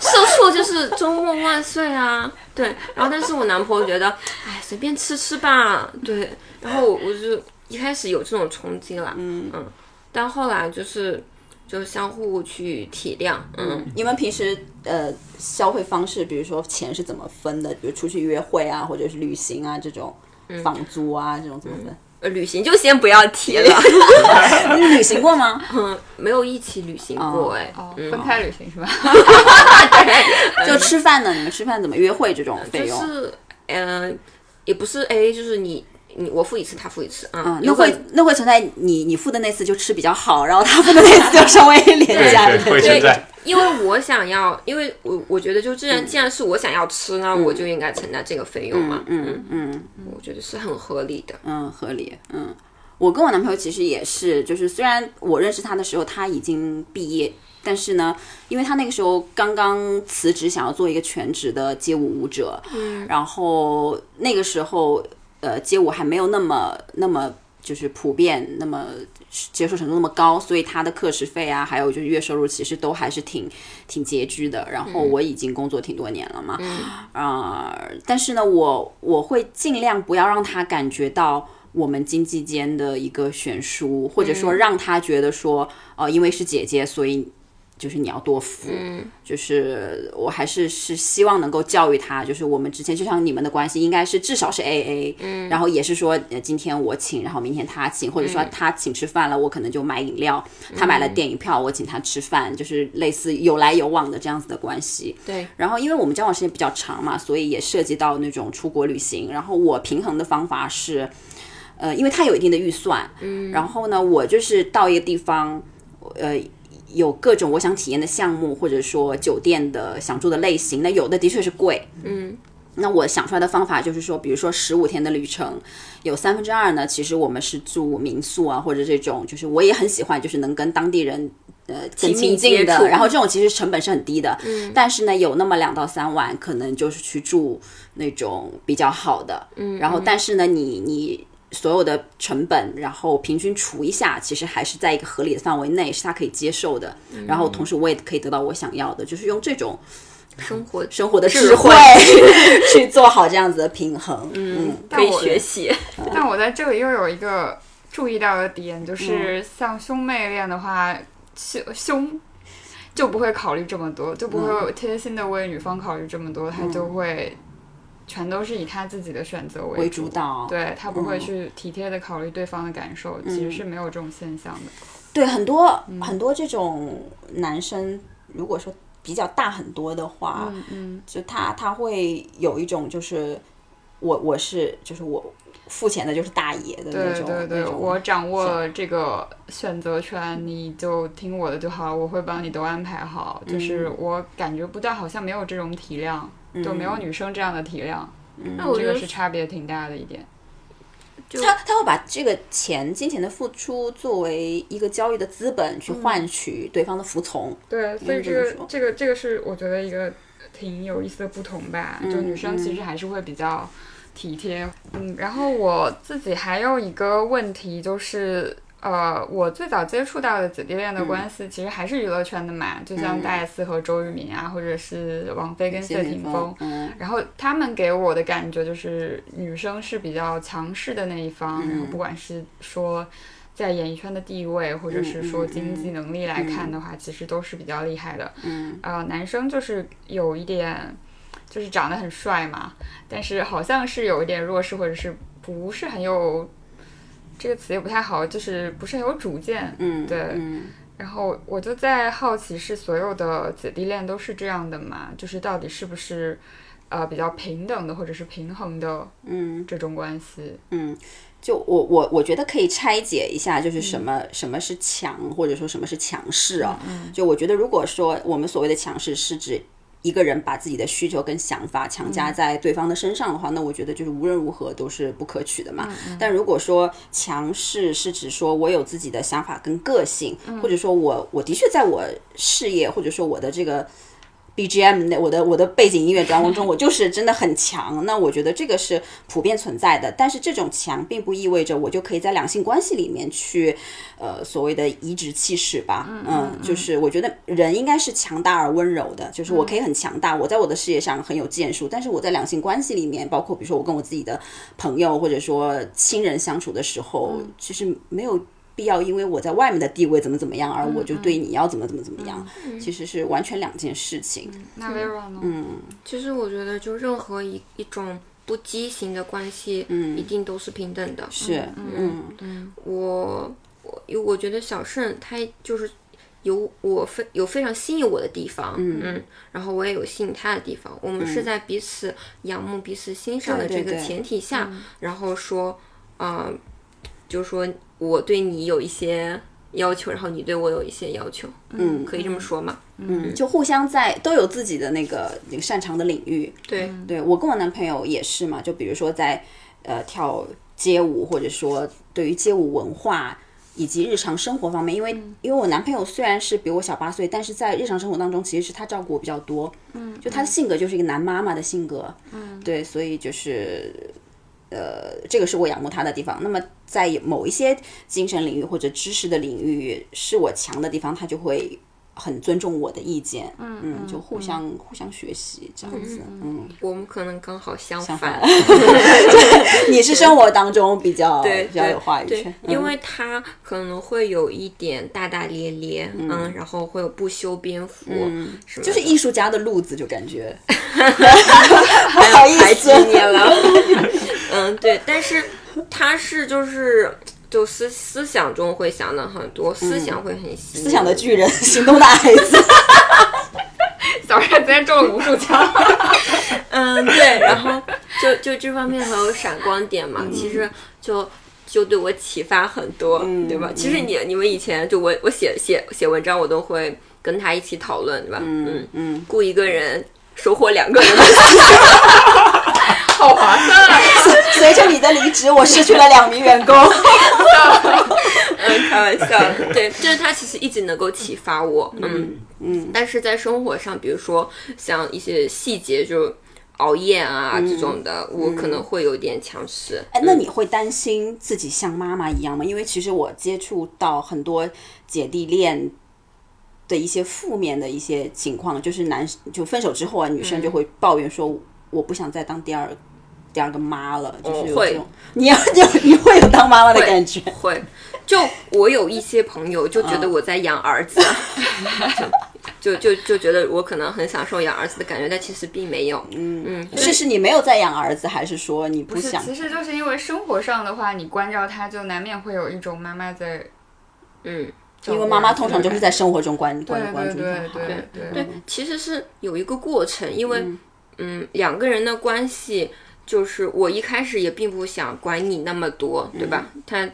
Speaker 4: 社畜就是周末万岁啊， 对。然后，但是我男朋友觉得，哎，随便吃吃吧，对。然后我我就一开始有这种冲击啦，嗯但后来就是就相互去体谅，嗯。
Speaker 2: 你们平时呃消费方式，比如说钱是怎么分的？比如出去约会啊，或者是旅行啊这种。
Speaker 4: 嗯
Speaker 2: 房租啊，这种怎么 分？
Speaker 4: 呃旅行就先不要提了，
Speaker 2: 你旅行过 吗？
Speaker 4: 嗯， 没有一起旅行过哎、
Speaker 3: 哦
Speaker 4: 嗯
Speaker 3: 分开旅行是吧？
Speaker 2: 就吃饭呢？你们吃饭怎么约会这种费
Speaker 4: 就
Speaker 2: 用？
Speaker 4: 是嗯、呃也不是 A，就是你你我付一次，他付一次，嗯
Speaker 2: 嗯，，那
Speaker 4: 有可
Speaker 2: 会那会存在你你付的那次就吃比较好，然后他付的那次就稍微 廉价一
Speaker 5: 对，会
Speaker 2: 点。
Speaker 5: 存在。
Speaker 4: 因为我想要，因为我我觉得就既然既然是我想要吃，那我就应该承担这个费用嘛，
Speaker 2: 嗯嗯
Speaker 4: 我觉得是很合理的。
Speaker 2: 嗯，合理。嗯，我跟我男朋友其实也是，就是虽然我认识他的时候他已经毕业，但是呢，因为他那个时候刚刚辞职，想要做一个全职的街舞舞者，嗯，然后那个时候呃，街舞还没有那么那么就是普遍，那么接受程度那么高，所以他的课时费啊，还有就是月收入，其实都还是挺挺拮据的。然后我已经工作挺多年了嘛，啊、但是呢，我我会尽量不要让他感觉到。我们经济间的一个悬殊，或者说让他觉得说，哦、因为是姐姐，所以就是你要多付，就是我还是是希望能够教育他，就是我们之前就像你们的关系，应该是至少是 A A，嗯，然后也是说，呃，今天我请，然后明天他请，或者说他请吃饭了，我可能就买饮料，他买了电影票，我请他吃饭，就是类似有来有往的这样子的关系。
Speaker 4: 对，
Speaker 2: 然后因为我们交往时间比较长嘛，所以也涉及到那种出国旅行。然后我平衡的方法是，呃，因为他有一定的预算，嗯，然后呢，我就是到一个地方，呃。有各种我想体验的项目，或者说酒店的想住的类型，那有的的确是贵，嗯。那我想出来的方法就是说，比如说十五天的旅程，有三分之二呢，其实我们是住民宿啊，或者这种，就是我也很喜欢，就是能跟当地人呃更亲近
Speaker 4: 接触
Speaker 2: 的，然后这种其实成本是很低的，但是呢，有那么两到三晚，可能就是去住那种比较好的，嗯，然后但是呢，你你所有的成本，然后平均除一下，其实还是在一个合理的范围内，是他可以接受的，然后同时我也可以得到我想要的，就是用这种
Speaker 4: 生活
Speaker 2: 生活的
Speaker 4: 智
Speaker 2: 智
Speaker 4: 慧
Speaker 2: 慧 去做好这样子的平衡，嗯，
Speaker 4: 可以
Speaker 3: 但我
Speaker 4: 学 习，
Speaker 3: 但我在这里又有一个注意到的点，
Speaker 2: 嗯
Speaker 3: 就是像兄妹恋的话，兄兄就不会考虑这么多，就不
Speaker 2: 嗯
Speaker 3: 会贴心的为女方考虑这么多，他就会全都是以他自己的选择为
Speaker 2: 为
Speaker 3: 主
Speaker 2: 主。导，
Speaker 3: 对他不会
Speaker 2: 嗯
Speaker 3: 去体贴的考虑对方的感受，其实是没有这种现象的。
Speaker 2: 对，很多、很多这种男生，如果说比较大很多的话，嗯，就他他会有一种就是我我是就是我付钱的就是大爷的那
Speaker 3: 对
Speaker 2: 种，
Speaker 3: 对对，
Speaker 2: 那种
Speaker 3: 我掌握这个选择权，你就听我的就好，我会帮你都安排好。就是
Speaker 2: 嗯
Speaker 3: 我感觉不到，好像没有这种体谅，就
Speaker 2: 嗯
Speaker 3: 没有女生这样的体谅。
Speaker 4: 那我
Speaker 3: 这
Speaker 4: 觉
Speaker 3: 个
Speaker 4: 得
Speaker 3: 是差别挺大的一点。
Speaker 2: 他他会把这个钱金钱的付出作为一个交易的资本去换取对方的服从，
Speaker 3: 对，所以
Speaker 2: 这
Speaker 3: 这
Speaker 2: 么
Speaker 3: 个
Speaker 2: 说
Speaker 3: 这个这个是我觉得一个挺有意思的不同吧。就女生其实还是会比较体贴，嗯。然后我自己还有一个问题就是。呃，我最早接触到的姐弟恋的关系，其实还是娱乐圈的嘛，就像大 S 和周渝民啊，或者是王菲跟嗯谢霆锋，
Speaker 2: 嗯，
Speaker 3: 然后他们给我的感觉就是女生是比较强势的那一方，然后不管是说在演艺圈的地位，或者是说经济能力来看的话，其实都是比较厉害的。嗯，呃，男生就是有一点，就是长得很帅嘛，但是好像是有一点弱势，或者是不是很有。这个词也不太好，就是不是很有主见，嗯，对，然后我就在好奇，是所有的姐弟恋都是这样的吗？就是到底是不是呃比较平等的或者是平衡的，嗯，这种关系，
Speaker 2: 就我我我觉得可以拆解一下，就是什么、什么是强，或者说什么是强势啊、就我觉得，如果说我们所谓的强势是指一个人把自己的需求跟想法强加在对方的身上的话，那我觉得就是无论如何都是不可取的嘛。但如果说强势是指说我有自己的想法跟个性，或者说我我的确在我事业或者说我的这个 BGM 那我的我的背景音乐专 文中，我就是真的很强。那我觉得这个是普遍存在的，但是这种强并不意味着我就可以在两性关系里面去，呃，所谓的颐指气使吧。嗯，嗯就是我觉得人应该是强大而温柔的，就是我可以很强大，我在我的事业上很有建树，但是我在两性关系里面，包括比如说我跟我自己的朋友或者说亲人相处的时候，其实没有。必要，因为我在外面的地位怎么怎么样，而我就对你要怎么怎么怎么样，其实是完全两件事情。
Speaker 3: 那 Vera 呢？
Speaker 2: 嗯
Speaker 4: 其实我觉得就任何一一种不畸形的关系，
Speaker 2: 嗯
Speaker 4: 一定都是平等的。
Speaker 2: 是，嗯
Speaker 4: 我我因为我觉得小盛他就是有我非有非常吸引我的地方，嗯然后我也有吸引他的地方。我们是在彼此仰慕、彼此欣赏的
Speaker 2: 对
Speaker 4: 这
Speaker 2: 对
Speaker 4: 个
Speaker 2: 对
Speaker 4: 前提下，然后说啊、就是说我对你有一些要求，然后你对我有一些要求，嗯，可以这么说吗？
Speaker 2: 嗯，就互相在都有自己的那个那个擅长的领域。
Speaker 4: 对，
Speaker 2: 对我跟我男朋友也是嘛，就比如说在呃跳街舞，或者说对于街舞文化以及日常生活方面，因为、因为我男朋友虽然是比我小八岁，但是在日常生活当中，其实是他照顾我比较多。嗯，就他的性格就是一个男妈妈的性格。嗯，对，所以就是。呃，这个是我仰慕他的地方。那么，在某一些精神领域或者知识的领域是我强的地方，他就会很尊重我的意见。嗯就互相、互相学习这样子。嗯，
Speaker 4: 我们可能刚好相反，
Speaker 2: 你是生活当中比较
Speaker 4: 对
Speaker 2: 比较有话语
Speaker 4: 对
Speaker 2: 权，，嗯
Speaker 4: 因为他可能会有一点大大咧咧，嗯，然后会有不修边幅，嗯、什么
Speaker 2: 就
Speaker 4: 的
Speaker 2: 是艺术家的路子，就感 觉不好意
Speaker 4: 排挤
Speaker 2: 思，
Speaker 4: 你了。 嗯，对，但是他是就是就思思想中会想的很多，思想会很细
Speaker 2: 嗯
Speaker 4: 腻，
Speaker 2: 思想的巨人，行动的矮子。
Speaker 3: 小帅今天中了无数枪。
Speaker 4: 嗯，对，然后就就这方面很有闪光点嘛，其实就。就对我启发很多，对吧？其实你你们以前就我我写写写文章，我都会跟他一起讨论，对吧？嗯
Speaker 2: 嗯，
Speaker 4: 雇一个人收获两个 人的
Speaker 3: 好 划算啊！
Speaker 2: 随着你的离职，我失去了两名员工。
Speaker 4: 嗯，开玩笑，对，就是他其实一直能够启发我，嗯嗯，但是在生活上，比如说像一些细节，就熬夜啊、这种的，我可能会有点强势。
Speaker 2: 哎，那你会担心自己像妈妈一样吗？因为其实我接触到很多姐弟恋的一些负面的一些情况，就是男就分手之后啊，女生就
Speaker 3: 嗯
Speaker 2: 会抱怨说，我不想再当第二第二个妈了，
Speaker 3: 嗯
Speaker 2: 就是有这
Speaker 4: 会
Speaker 2: 种，你要 就你会有当妈妈的感觉，
Speaker 4: 会，就我有一些朋友就觉得我在养儿子，啊 就就就就觉得我可能很享受养儿子的感觉，但其实并没有。嗯嗯，
Speaker 2: 是是你没有在养儿子，还是说你不
Speaker 3: 不是，
Speaker 2: 想？
Speaker 3: 其实就是因为生活上的话，你关照他，就难免会有一种妈妈在
Speaker 4: 嗯。
Speaker 3: 照顾儿子的感觉，
Speaker 2: 因为妈妈通常就是在生活中关
Speaker 3: 对
Speaker 2: 关关
Speaker 3: 对
Speaker 2: 注嗯
Speaker 3: 对
Speaker 2: 他。
Speaker 3: 对对
Speaker 4: 对，其实是有一个过程，因为嗯两个人的关系就是我一开始也并不想管你那么多，对吧？他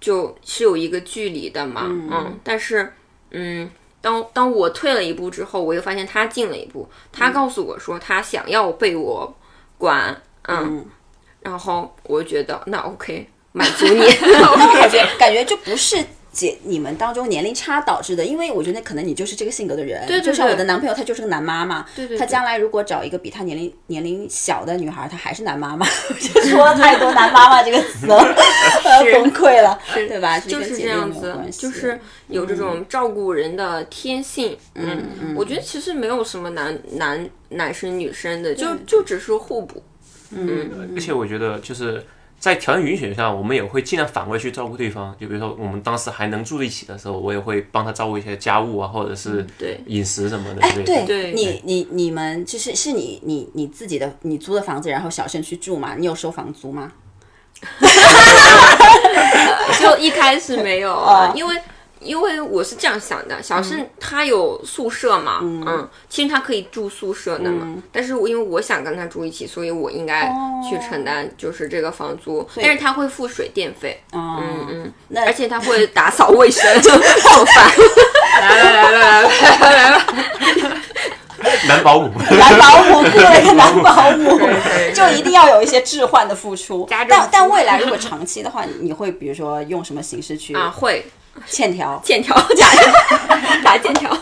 Speaker 4: 就是有一个距离的嘛，嗯，但是嗯。当当我退了一步之后，我又发现他进了一步。他告诉我说他想要被我管，嗯，然后我觉得那 OK，满足你。
Speaker 2: 但我感觉感觉就不是姐你们当中年龄差导致的，因为我觉得可能你就是这个性格的人。
Speaker 4: 对对
Speaker 2: 就像
Speaker 4: 对
Speaker 2: 我的男朋友，他就是个男妈妈。
Speaker 4: 对对对
Speaker 2: 他将来如果找一个比他年龄年龄小的女孩，他还是男 妈妈。 我就说了太多“男妈妈”这个词了，我要崩溃了，对吧？
Speaker 4: 就
Speaker 2: 跟
Speaker 4: 是
Speaker 2: 姐弟
Speaker 4: 这样
Speaker 2: 没有
Speaker 4: 子
Speaker 2: 关，系
Speaker 4: 就是有这种照顾人的天性。嗯，我觉得其实没有什么男男男生女生的，就就只是互 补。
Speaker 5: 而且我觉得就是在条件允许上，我们也会尽量反过去照顾对方。就比如说我们当时还能住一起的时候，我也会帮他照顾一些家务啊，或者是
Speaker 4: 对
Speaker 5: 饮食什么的。
Speaker 2: 哎，
Speaker 5: 对
Speaker 2: 对，
Speaker 5: 的，
Speaker 4: 对
Speaker 2: 你你你们就是是你你你自己的你租的房子，然后小盛去住嘛？你有收房租吗？
Speaker 4: 就一开始没有，啊，因为。因为我是这样想的，小盛他有宿舍嘛，嗯其实他可以住宿舍的嘛，但是我因为我想跟他住一起，所以我应该去承担就是这个房租，但是他会付水电费，
Speaker 2: 哦
Speaker 4: 嗯嗯，
Speaker 2: 那
Speaker 4: 而且他会打扫卫生、 做 饭，
Speaker 3: 来了来了来了来了来了，
Speaker 5: 男保姆。
Speaker 2: 男保姆雇了一个男保姆
Speaker 3: 可以可，以
Speaker 2: 就一定要有一些置换的付出。
Speaker 3: 家
Speaker 2: 但
Speaker 3: 政
Speaker 2: 但未来如果长期的话，你你会比如说用什么形式去
Speaker 4: 啊，会
Speaker 2: 欠条？
Speaker 4: 剑条假的， 打剑条，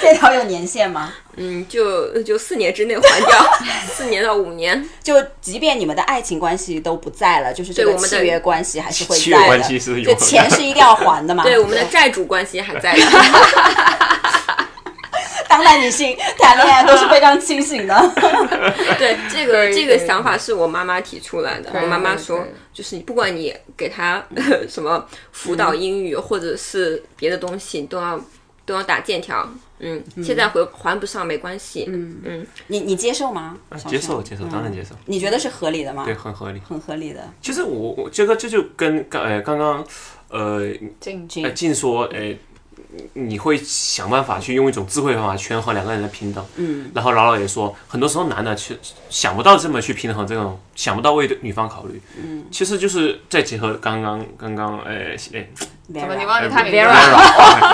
Speaker 2: 欠条有年限吗？
Speaker 4: 嗯，就就四年之内还掉， 四年到五年，
Speaker 2: 就即便你们的爱情关系都不在了，就是这
Speaker 4: 对
Speaker 2: 个
Speaker 4: 我们
Speaker 2: 契
Speaker 4: 的
Speaker 2: 约关系还是会
Speaker 5: 契约
Speaker 2: 在
Speaker 5: 关系是
Speaker 2: 的，
Speaker 5: 有
Speaker 2: 就
Speaker 5: 的
Speaker 2: 钱是一定要还的嘛。
Speaker 4: 对我们的债主关系 还在的，
Speaker 2: 当代女性谈恋爱都是非常清醒的。
Speaker 4: 对这
Speaker 3: 可
Speaker 4: 个
Speaker 3: 以
Speaker 4: 这
Speaker 3: 可
Speaker 4: 个
Speaker 3: 以
Speaker 4: 想法是我妈妈提出来的，
Speaker 3: 以
Speaker 4: 我妈妈
Speaker 3: 可以
Speaker 4: 说
Speaker 3: 可以，
Speaker 4: 就是不管你给他 什么辅导英语或者是别的东西，都要都要打剑条。嗯，现在还还不上没关系。嗯嗯，
Speaker 2: 你你接受吗？小
Speaker 5: 啊接受
Speaker 2: 沈
Speaker 5: 接受，当然接受，
Speaker 2: 你觉得是合理的吗？
Speaker 5: 对，很合理。
Speaker 2: 很合理的。
Speaker 5: 其实我我这个这就跟刚呃刚刚呃
Speaker 3: 进
Speaker 5: 呃，净说，呃，你会想办法去用一种智慧的方法权衡两个人的平等。嗯，然后老老也说，很多时候男的去想不到这么去平衡这种，想不到为女方考虑。嗯，其实就是再结合刚刚刚刚，哎哎
Speaker 3: 怎
Speaker 2: 怎
Speaker 3: 么你忘记他名字
Speaker 5: Vera，
Speaker 3: 了？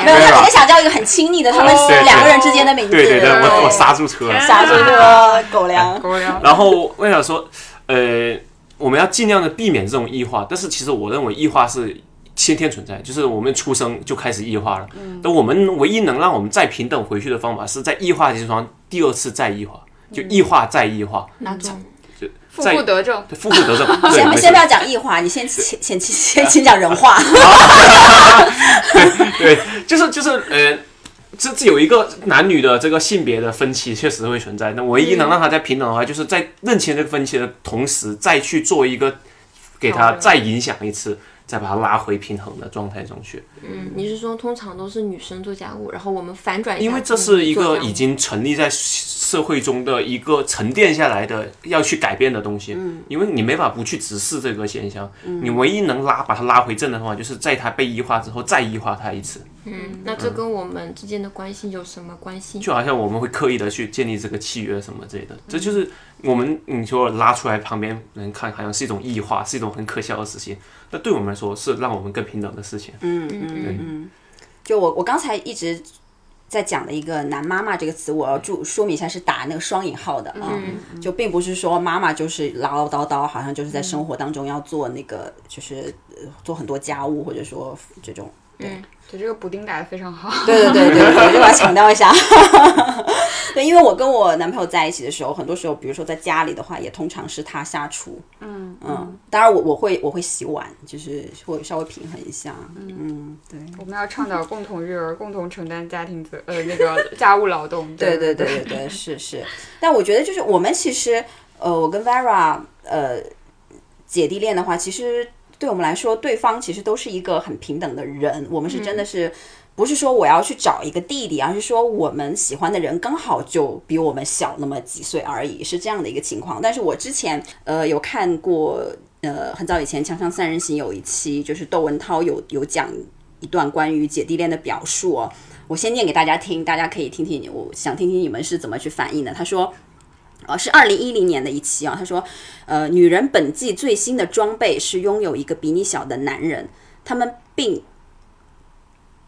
Speaker 5: 哎
Speaker 2: 没有，他只
Speaker 5: Vera，
Speaker 2: 是想叫一个很亲密的，他们
Speaker 5: 对
Speaker 2: 两个人之间的名字。
Speaker 5: 对对对，我我刹 住车了。
Speaker 2: 下这 个狗粮。
Speaker 3: 狗粮。
Speaker 5: 然后我想说，呃，我们要尽量的避免这种异化，但是其实我认为异化是先天存在，就是我们出生就开始异化了。
Speaker 3: 嗯
Speaker 5: 但我们唯一能让我们再平等回去的方法，是在异化的基础上第二次再异化，就
Speaker 3: 嗯
Speaker 5: 异化再异化，
Speaker 4: 那种
Speaker 3: 负负得正，
Speaker 5: 对，负负得正。 对，
Speaker 2: 先
Speaker 5: 没
Speaker 2: 先不
Speaker 5: 错
Speaker 2: 要讲异化，你先先先先先讲人话。
Speaker 5: 对，就是就是呃。这这有一个男女的这个性别的分歧确实会存在，那唯一能让他在平等的话，就是在认清这个分歧的同时，再去做一个给他再影响一次，再把他拉回平衡的状态中去。
Speaker 4: 嗯，你是说通常都是女生做家务，然后我们反转一下，
Speaker 5: 因为这是
Speaker 4: 嗯
Speaker 5: 一
Speaker 4: 做
Speaker 5: 个
Speaker 4: 家务
Speaker 5: 已经成立在社会中的一个沉淀下来的要去改变的东西，因为你没法不去直视这个现象，你唯一能拉把它拉回正的方法，就是在它被异化之后再异化它一次，
Speaker 4: 嗯，那这跟我们之间的关系有什么关系？
Speaker 5: 就好像我们会刻意的去建立这个契约什么之类的，这就是我们你说拉出来旁边人看，好像是一种异化，是一种很可笑的事情，那对我们来说是让我们更平等的事情，
Speaker 2: 嗯嗯嗯嗯，就我我刚才一直在讲的一个“男妈妈”这个词，我要注说明一下是打那个双引号的啊，就并不是说妈妈就是唠唠叨叨，好像就是在生活当中要做那个就是呃做很多家务或者说这种。
Speaker 3: 对这个补丁打得非常好。
Speaker 2: 对对对对对，我就把它强调一下。对，因为我跟我男朋友在一起的时候，很多时候，比如说在家里的话，也通常是他下厨。嗯嗯，当然我我会我会洗碗，就是会稍微平衡一下。嗯，对。
Speaker 3: 我们要倡导共同育儿，共同承担家庭责呃那个家务劳动。
Speaker 2: 对对对对对，是是。但我觉得就是我们其实，呃，我跟 Vera，呃，姐弟恋的话，其实对我们来说，对方其实都是一个很平等的人。我们是真的是，不是说我要去找一个弟弟，而是说我们喜欢的人刚好就比我们小那么几岁而已，是这样的一个情况。但是我之前呃有看过。呃，很早以前《锵锵三人行》有一期，就是窦文涛有有讲一段关于姐弟恋的表述、哦，我先念给大家听，大家可以听听，我想听听你们是怎么去反应的。他说。呃，是二零一零年的一期啊。他说，呃，女人本季最新的装备是拥有一个比你小的男人，他们并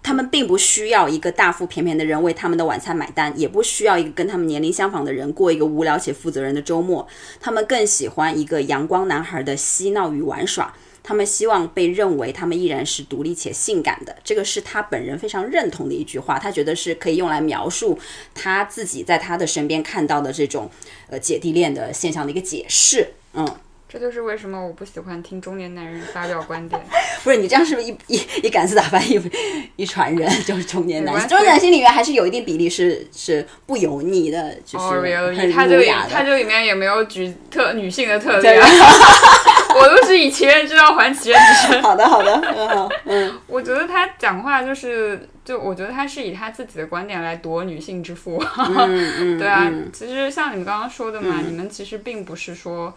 Speaker 2: 他们并不需要一个大腹便便的人为他们的晚餐买单，也不需要一个跟他们年龄相仿的人过一个无聊且负责任的周末。他们更喜欢一个阳光男孩的嬉闹与玩耍。他们希望被认为他们依然是独立且性感的，这个是他本人非常认同的一句话，他觉得是可以用来描述他自己在他的身边看到的这种呃姐弟恋的现象的一个解释。嗯，
Speaker 3: 这就是为什么我不喜欢听中年男人发表观点。
Speaker 2: 不是你这样是不是一 一一竿子打翻一一船人？就是中年男
Speaker 3: 没关系
Speaker 2: 性，中年男性里面还是有一定比例是是不油腻的，就是
Speaker 3: 哦、
Speaker 2: 很
Speaker 3: really？他这
Speaker 2: 儒
Speaker 3: 里
Speaker 2: 雅
Speaker 3: 他
Speaker 2: 的。
Speaker 3: 这里面也没有举特女性的特例啊。 我都是以其人之道还其人之身。
Speaker 2: 好的，好的，嗯好，嗯，
Speaker 3: 我觉得他讲话就是，就我觉得他是以他自己的观点来夺女性之腹。
Speaker 2: 嗯
Speaker 3: 对啊，
Speaker 2: 嗯
Speaker 3: 其实像你们刚刚说的嘛，你们其实并不是说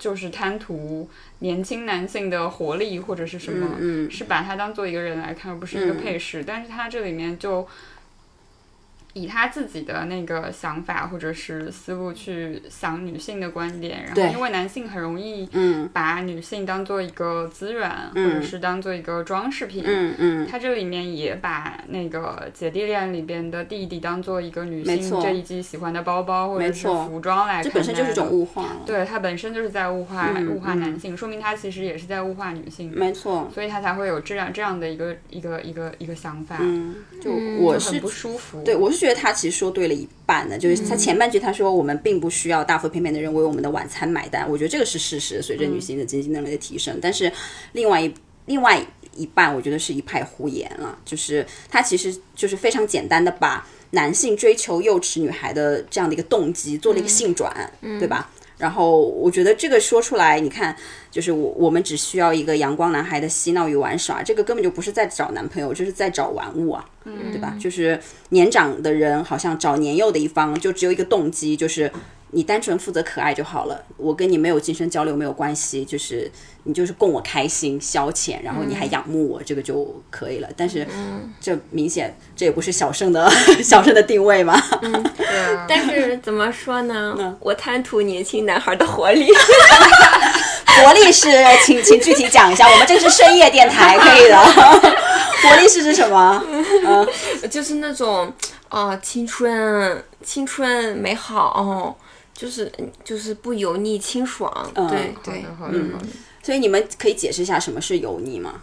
Speaker 3: 就是贪图年轻男性的活力或者是什么，
Speaker 2: 嗯嗯
Speaker 3: 是把他当做一个人来看，而不是一个
Speaker 2: 嗯
Speaker 3: 配饰。但是他这里面就以他自己的那个想法或者是思路去想女性的观点，然
Speaker 2: 对
Speaker 3: 后因为男性很容易
Speaker 2: 嗯
Speaker 3: 把女性当做一个资源，或者是当做一个装饰品。
Speaker 2: 嗯嗯，
Speaker 3: 他这里面也把那个姐弟恋里边的弟弟当做一个女
Speaker 2: 没错
Speaker 3: 性这一季喜欢的包包或者
Speaker 2: 没
Speaker 3: 是
Speaker 2: 错
Speaker 3: 服装来看待的，
Speaker 2: 这本身就是一种物化了。
Speaker 3: 对他本身就是在物化、
Speaker 2: 嗯
Speaker 3: 物化男性，说明他其实也是在物化女性，
Speaker 2: 没错，
Speaker 3: 所以他才会有这样这样的一个一个一个一个想法，
Speaker 2: 嗯，就
Speaker 4: 嗯
Speaker 2: 我
Speaker 3: 就是很不舒服。嗯
Speaker 2: 对，我是觉得他其实说对了一半的，就是他前半句他说我们并不需要大腹便便的人为我们的晚餐买单，我觉得这个是事实，随着
Speaker 3: 嗯
Speaker 2: 女性的经济能力的提升，但是另外一另外一半，我觉得是一派胡言了，就是他其实就是非常简单的把男性追求幼稚女孩的这样的一个动机做了
Speaker 3: 嗯
Speaker 2: 一个性转，对吧？然后我觉得这个说出来，你看，就是我我们只需要一个阳光男孩的嬉闹与玩耍，这个根本就不是在找男朋友，这是在找玩物啊，对吧？就是年长的人好像找年幼的一方，就只有一个动机，就是你单纯负责可爱就好了，我跟你没有精神交流没有关系，就是你就是供我开心消遣，然后你还仰慕我，这个就可以了。但是这明显这也不是小胜的 小胜的定位嘛。
Speaker 3: 对啊，
Speaker 4: 但 是怎么说
Speaker 2: 嗯
Speaker 4: 呢？我贪图年轻男孩的活力，
Speaker 2: 活力是，呃请请具体讲一下，我们这个是深夜电台，可以的。 活力是指什么？
Speaker 4: 就是那种啊、青春青春美好，哦、就是就是不油腻清爽，
Speaker 2: 嗯
Speaker 4: 对对。
Speaker 3: 好的好的。
Speaker 2: 所以你们可以解释一下什么是油腻吗？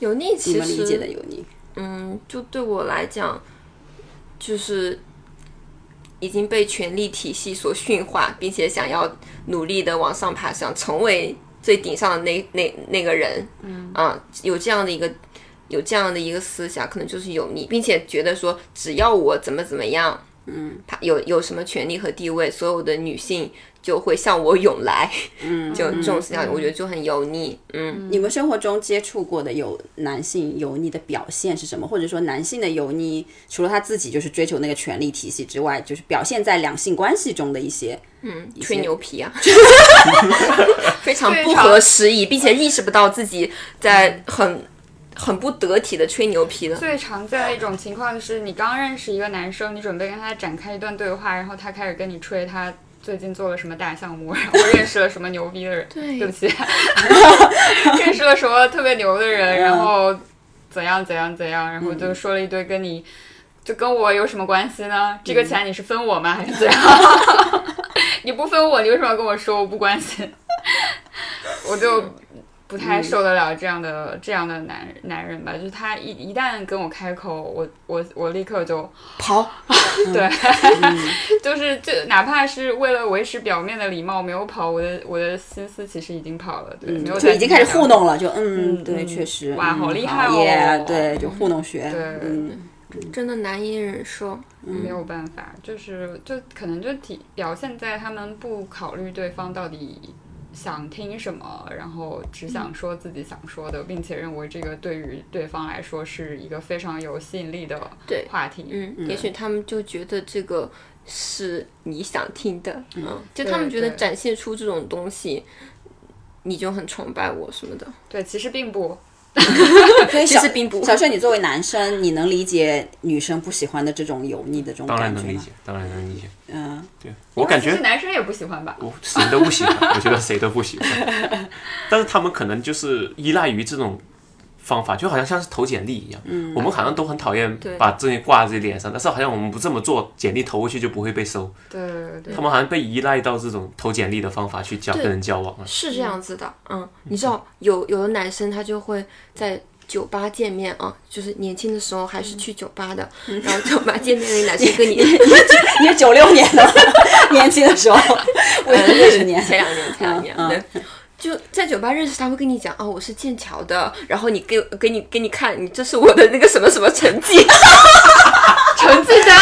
Speaker 4: 油腻
Speaker 2: 你
Speaker 4: 其
Speaker 2: 们理解的
Speaker 4: 实，
Speaker 2: 油腻，
Speaker 4: 嗯，就对我来讲，就是已经被权力体系所驯化，并且想要努力的往上爬，想成为最顶上的那那那个人，嗯啊，有这样的一个有这样的一个思想，可能就是油腻，并且觉得说只要我怎么怎么样，嗯，他有有什么权利和地位，所有的女性就会向我涌来，嗯，就这种思想，我觉得就很油腻，嗯，
Speaker 2: 你们生活中接触过的有男性油腻的表现是什么？或者说男性的油腻，除了他自己就是追求那个权力体系之外，就是表现在两性关系中的一些，嗯，
Speaker 4: 吹牛皮 啊，非常不合时宜，并且意识不到自己在很很不得体的吹牛皮了。
Speaker 3: 最常见的一种情况就是，你刚认识一个男生，你准备跟他展开一段对话，然后他开始跟你吹他最近做了什么大项目，然后认识了什么牛逼的人，对不起， 认识了什么特别牛的人，然后怎样怎样怎样，然后就说了一堆跟你。就跟我有什么关系呢？这个钱你是分我吗，还是怎样？ 你不分我，你为什么要跟我说？我不关心，我就不太受得了这样的、这样的男男人吧。就是他一一旦跟我开口，我我我立刻就
Speaker 4: 跑，
Speaker 3: 对， 就是就哪怕是为了维持表面的礼貌，没有跑，我的我的心思其实已经跑了，对，没有
Speaker 2: 就
Speaker 3: 在
Speaker 2: 已经开始
Speaker 3: 计较
Speaker 2: 糊。弄了，就嗯，对，
Speaker 3: 嗯
Speaker 2: 确实，
Speaker 3: 哇
Speaker 2: 嗯
Speaker 3: 好厉害哦
Speaker 2: 耶对，就糊弄学，
Speaker 3: 对
Speaker 2: 嗯，
Speaker 4: 真的难以忍受。
Speaker 3: 没有办法，就是就可能就体表现在他们不考虑对方到底想听什么，然后只想说自己想说的，并且认为这个对于对方来说是一个非常有吸引力的
Speaker 4: 对
Speaker 3: 话题。
Speaker 4: 嗯，也许他们就觉得这个是你想听的，嗯，就他们觉得
Speaker 3: 对对
Speaker 4: 展现出这种东西，你就很崇拜我什么的。
Speaker 3: 对，其实并不，
Speaker 2: 所以
Speaker 4: 其
Speaker 2: 小
Speaker 4: 实并不
Speaker 2: 小炫，你作为男生，你能理解女生不喜欢的这种油腻的这种
Speaker 5: 当然
Speaker 2: 感觉
Speaker 5: 能理
Speaker 2: 吗？
Speaker 5: 解，当然能理解。
Speaker 2: 嗯，
Speaker 5: 对我感
Speaker 3: 其
Speaker 5: 觉嗯
Speaker 3: 实男生也不喜欢吧。
Speaker 5: 我谁都不喜欢，我觉得谁都不喜欢。 但是他们可能就是依赖于这种方法，就好像像是投简历一样。嗯，我们好像都很讨厌
Speaker 4: 对
Speaker 5: 把这些挂在自己脸上，但是好像我们不这么做，简历投过去就不会被收。
Speaker 3: 对对对
Speaker 5: 他们好像被依赖到这种投简历的方法去交
Speaker 4: 对
Speaker 5: 跟人交往了。啊
Speaker 4: 是这样子的，嗯，你知道有有的男生他就会在酒吧见面啊，就是年轻的时候还是去酒吧的，然后酒吧见面的男生跟你
Speaker 2: 你是九六年的吗， 年轻的时候， 我
Speaker 3: 嗯
Speaker 2: 也是十年，
Speaker 4: 前两年，前两年，对。就在酒吧认识，他会跟你讲哦，我是剑桥的，然后你给给你给你看，你这是我的那个什么什么成绩，
Speaker 3: 成绩单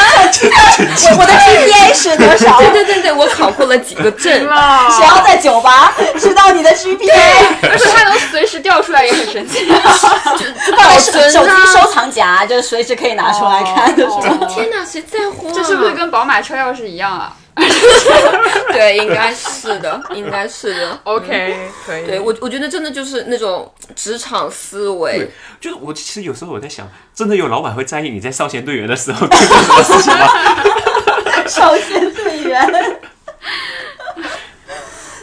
Speaker 2: 我我的 GPA 是多少？
Speaker 4: 对对对对，我考过了几个证，
Speaker 3: 了，
Speaker 2: 谁要在酒吧知道你的 GPA？
Speaker 3: 啊而且他能随时调出来也很神奇。
Speaker 2: 放在手
Speaker 4: 真的
Speaker 2: 手机收藏夹，就是随时可以 拿出来看 的是吧？
Speaker 4: 天哪，谁在乎、啊？
Speaker 3: 哦这是不是跟宝马车钥匙一样啊
Speaker 4: 对，应该是的，应该是的。
Speaker 3: 哦？OK，可以。
Speaker 4: 对我，我觉得真的就是那种职场思维，
Speaker 5: 就是我其实有时候我在想，真的有老板会在意你在少先队员的时候 做什么事情吗？
Speaker 2: 首先队员。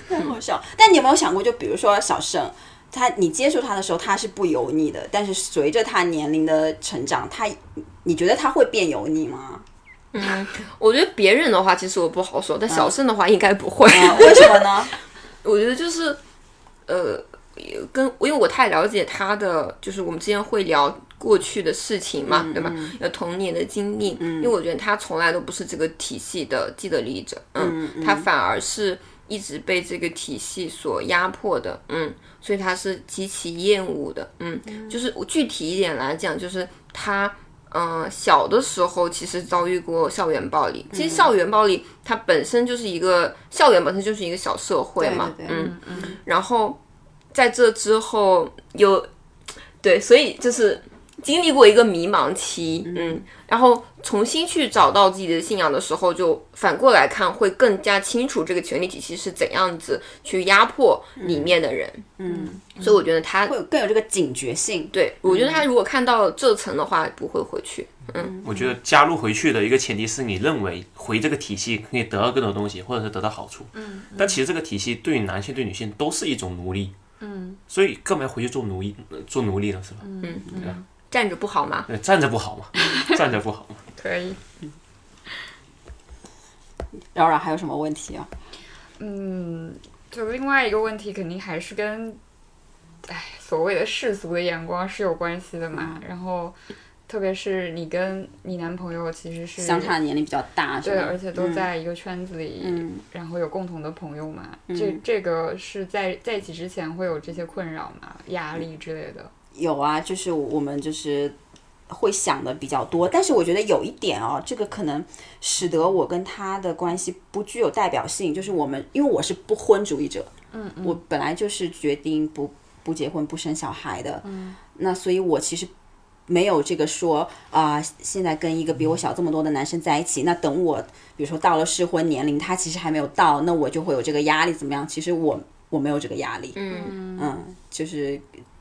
Speaker 2: 太好笑！但你有没有想过，就比如说小盛，他你接触他的时候，他是不油腻的，但是随着他年龄的成长，他你觉得他会变油腻吗？
Speaker 4: 我觉得别人的话，其实我不好说，
Speaker 3: 嗯
Speaker 4: 但小胜的话应该不会。
Speaker 2: 啊， 为什么呢？
Speaker 4: 我觉得就是，呃，跟因为我太了解他的，就是我们之前会聊过去的事情嘛，对吧？有童年的经历，因为我觉得他从来都不是这个体系的既得利益者，嗯，他反而是一直被这个体系所压迫的，嗯，所以他是极其厌恶的，嗯，就是我具体一点来讲，就是他。嗯、小的时候其实遭遇过校园暴力。其实校园暴力它本身就是一个校园本身就是一个小社会 嘛，
Speaker 2: 对对对
Speaker 4: 嗯嗯。然后在这之后有，对，所以就是经历过一个迷茫期，嗯，然后重新去找到自己的信仰的时候，就反过来看会更加清楚这个权力体系是怎样子去压迫里面的人，嗯，所以我觉得他
Speaker 2: 会有更有这个警觉性。
Speaker 4: 对我觉得他如果看到这层的话，不会回去，嗯，
Speaker 5: 我觉得加入回去的一个前提是你认为回这个体系可以得到更多东西，或者是得到好处。嗯，但其实这个体系对于男性对女性都是一种奴隶。嗯，所以干嘛回去做奴役呃做奴隶了是吧？嗯，对吧？
Speaker 4: 站着不好吗？
Speaker 5: 对站着不 好嘛，站着不好嘛。
Speaker 3: 可以。
Speaker 2: 然后还有什么问题啊？
Speaker 3: 就另外一个问题，肯定还是跟，哎，所谓的世俗的眼光是有关系的嘛。然后，特别是你跟你男朋友其实是
Speaker 2: 相差年龄比较大，是
Speaker 3: 对，
Speaker 2: 吧
Speaker 3: 而且都在一个圈子里，
Speaker 2: 嗯
Speaker 3: 然后有共同的朋友嘛。这这个是在在一起之前会有这些困扰嘛，压力之类的。
Speaker 2: 有啊，就是我们就是会想的比较多，但是我觉得有一点哦，这个可能使得我跟他的关系不具有代表性，就是我们因为我是不婚主义者，嗯，我本来就是决定不不结婚不生小孩的，嗯，那所以我其实。没有这个说啊、现在跟一个比我小这么多的男生在一起，那等我，比如说到了适婚年龄，他其实还没有到，那我就会有这个压力，怎么样？其实我我没有这个压力，
Speaker 4: 嗯，
Speaker 2: 嗯，就是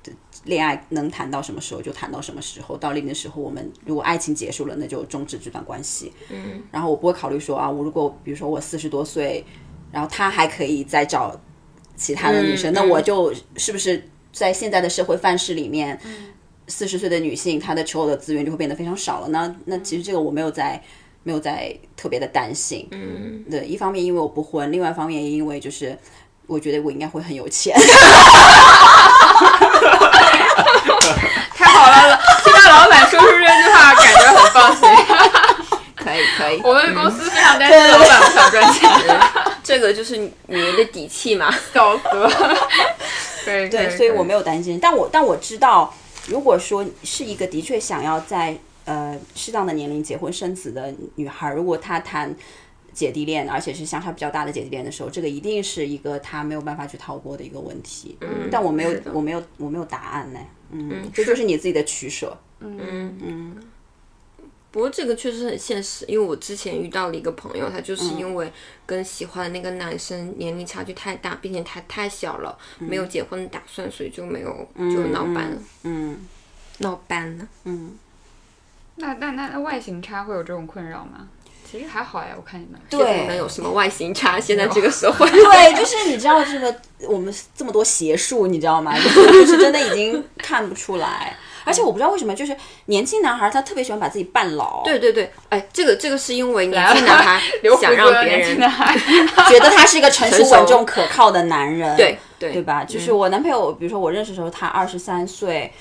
Speaker 2: 呃恋爱能谈到什么时候就谈到什么时候，到另一个时候，我们如果爱情结束了，那就终止这段关系。嗯，然后我不会考虑说啊，我如果比如说我四十多岁，然后他还可以再找其他的女生，
Speaker 4: 嗯
Speaker 2: 那
Speaker 4: 嗯
Speaker 2: 我就是不是在现在的社会范式里面，四十岁的女性她的求偶的资源就会变得非常少了呢？那其实这个我没有在。没有在特别的担心，嗯，对，一方面因为我不婚，另外一方面因为就是我觉得我应该会很有钱，
Speaker 3: 太好了，听到老板说出这句话，感觉很放心。
Speaker 4: 可以可以，
Speaker 3: 我们公司非常担心老板不想赚钱，
Speaker 4: 这个就是女人的底气嘛，
Speaker 3: 笑死了。 对
Speaker 2: 对，所以我没有担心。但我但我知道，如果说是一个的确想要在呃适当的年龄结婚生子的女孩，如果她谈姐弟恋，而且是相差比较大的姐弟恋的时候，这个一定是一个她没有办法去逃过的一个问题。嗯但我没有
Speaker 4: 是的，
Speaker 2: 我没有，我没有答 案呢。嗯，这
Speaker 4: 是
Speaker 2: 就是你自己的取舍。
Speaker 4: 嗯嗯。不过这个确实很现实，因为我之前遇到了一个朋友，他就是因为跟喜欢的那个男生年龄差距太大，并且他太小了，没有结婚的打算，所以就没有就闹掰了，
Speaker 2: 嗯
Speaker 4: 闹掰了。
Speaker 2: 嗯，
Speaker 3: 那那那那外形差会有这种困扰吗？其实还好呀，我看你们。
Speaker 4: 这能
Speaker 2: 对。
Speaker 4: 有什么外形差？现在这个社会，
Speaker 2: 对，就是你知道这个我们这么多邪术，你知道吗？就是就是真的已经看不出来，而且我不知道为什么，就是年轻男孩他特别喜欢把自己扮老，
Speaker 4: 对对对，哎，这个这个是因为年
Speaker 3: 来
Speaker 4: 轻
Speaker 3: 了
Speaker 4: 男孩
Speaker 3: 留胡
Speaker 4: 想
Speaker 3: 子
Speaker 4: 让
Speaker 3: 的
Speaker 4: 别
Speaker 3: 年轻
Speaker 4: 人
Speaker 3: 男，孩，
Speaker 2: 觉得他是一个成熟
Speaker 4: 成熟
Speaker 2: 稳重可靠的男人，
Speaker 4: 对
Speaker 2: 对
Speaker 4: 对嗯
Speaker 2: 吧？就是我男朋友，比如说我认识的时候，他二十三岁。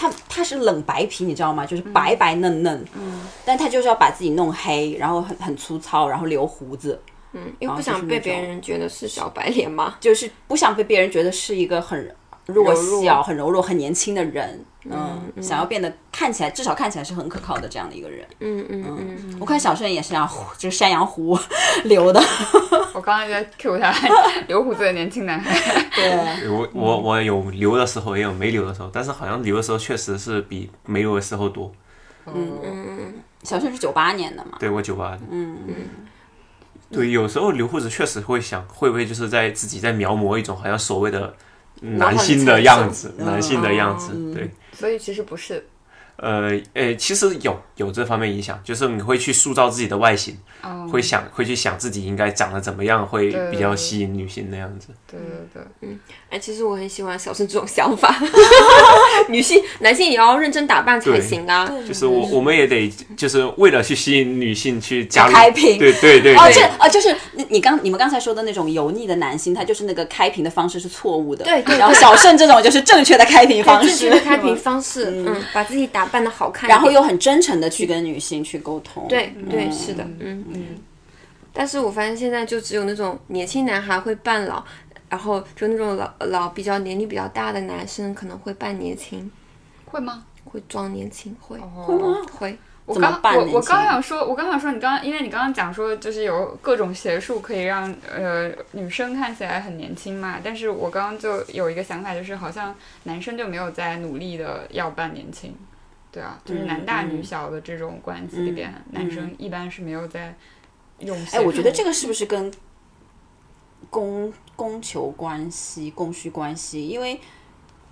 Speaker 2: 他他是冷白皮，你知道吗？就是白白嫩嫩，嗯，但他就是要把自己弄黑，然后很很粗糙，然后留胡子，
Speaker 4: 嗯因为
Speaker 2: 啊
Speaker 4: 不
Speaker 2: 就是
Speaker 4: 想
Speaker 2: 那
Speaker 4: 被别
Speaker 2: 种
Speaker 4: 人觉得是小白脸嘛。
Speaker 2: 就是不想被别人觉得是一个很弱
Speaker 4: 柔
Speaker 2: 小、
Speaker 4: 弱
Speaker 2: 很柔弱、很年轻的人，嗯，想要变得看起来至少看起来是很可靠的这样的一个人。
Speaker 4: 嗯嗯嗯，
Speaker 2: 我看小顺也是这样，就是山羊胡 留的，
Speaker 3: 我刚刚在 Q 他，留胡子的年轻男孩。
Speaker 2: 对，
Speaker 5: 我我我有留的时候，也有没留的时候，但是好像留的时候确实是比没留的时候多。
Speaker 3: 嗯，
Speaker 2: 小顺是九八年的嘛，
Speaker 5: 对我酒吧，嗯对，有时候留胡子确实会想，会不会就是在自己在描摹一种好像所谓的男性的样子，
Speaker 2: 嗯
Speaker 5: 男性的样子，对。
Speaker 3: 所以其实不是，
Speaker 5: 呃，诶，其实有有这方面影响，就是你会去塑造自己的外形，
Speaker 3: 嗯，
Speaker 5: 会想会去想自己应该长得怎么样，会
Speaker 3: 对
Speaker 5: 比较吸引女性的样子。
Speaker 3: 对对
Speaker 2: 嗯
Speaker 3: 对，
Speaker 4: 哎，其实我很喜欢小盛这种想法， 女性、男性也要认真打扮才
Speaker 5: 对
Speaker 4: 行啊。
Speaker 5: 就是我我们也得就是为了去吸引女性去加入
Speaker 2: 开屏
Speaker 5: 对对对
Speaker 2: 哦，
Speaker 5: 对
Speaker 2: 这哦，就是你你刚你们刚才说的那种油腻的男性，他就是那个开屏的方式是错误的。
Speaker 4: 对对
Speaker 2: 然后小盛这种就是正确的开屏方
Speaker 4: 正确的
Speaker 2: 式，
Speaker 4: 开屏方式，嗯，把自己打扮的好看一点，
Speaker 2: 然后又很真诚的去跟女性去沟通。
Speaker 4: 对对是的，嗯嗯。但是我发现现在就只有那种年轻男孩会扮老，然后就那种老老比较年龄比较大的男生可能会扮年轻，
Speaker 3: 会吗？
Speaker 4: 会装年轻，会
Speaker 3: 会
Speaker 2: 吗？
Speaker 4: 会。
Speaker 3: 我
Speaker 2: 怎么
Speaker 3: 刚
Speaker 2: 办
Speaker 3: 我
Speaker 2: 呢
Speaker 3: 我
Speaker 2: 其
Speaker 3: 刚
Speaker 2: 实
Speaker 3: 想说，我刚想说，你刚刚因为你刚刚讲说，就是有各种邪术可以让呃女生看起来很年轻嘛，但是我刚刚就有一个想法，就是好像男生就没有在努力的要扮年轻，对啊，
Speaker 2: 嗯
Speaker 3: 就是男大女小的这种关系里边，男生一般是没有在用。
Speaker 2: 哎，我觉
Speaker 4: 嗯
Speaker 2: 得这个是不是跟供供求关系、供需关系？因为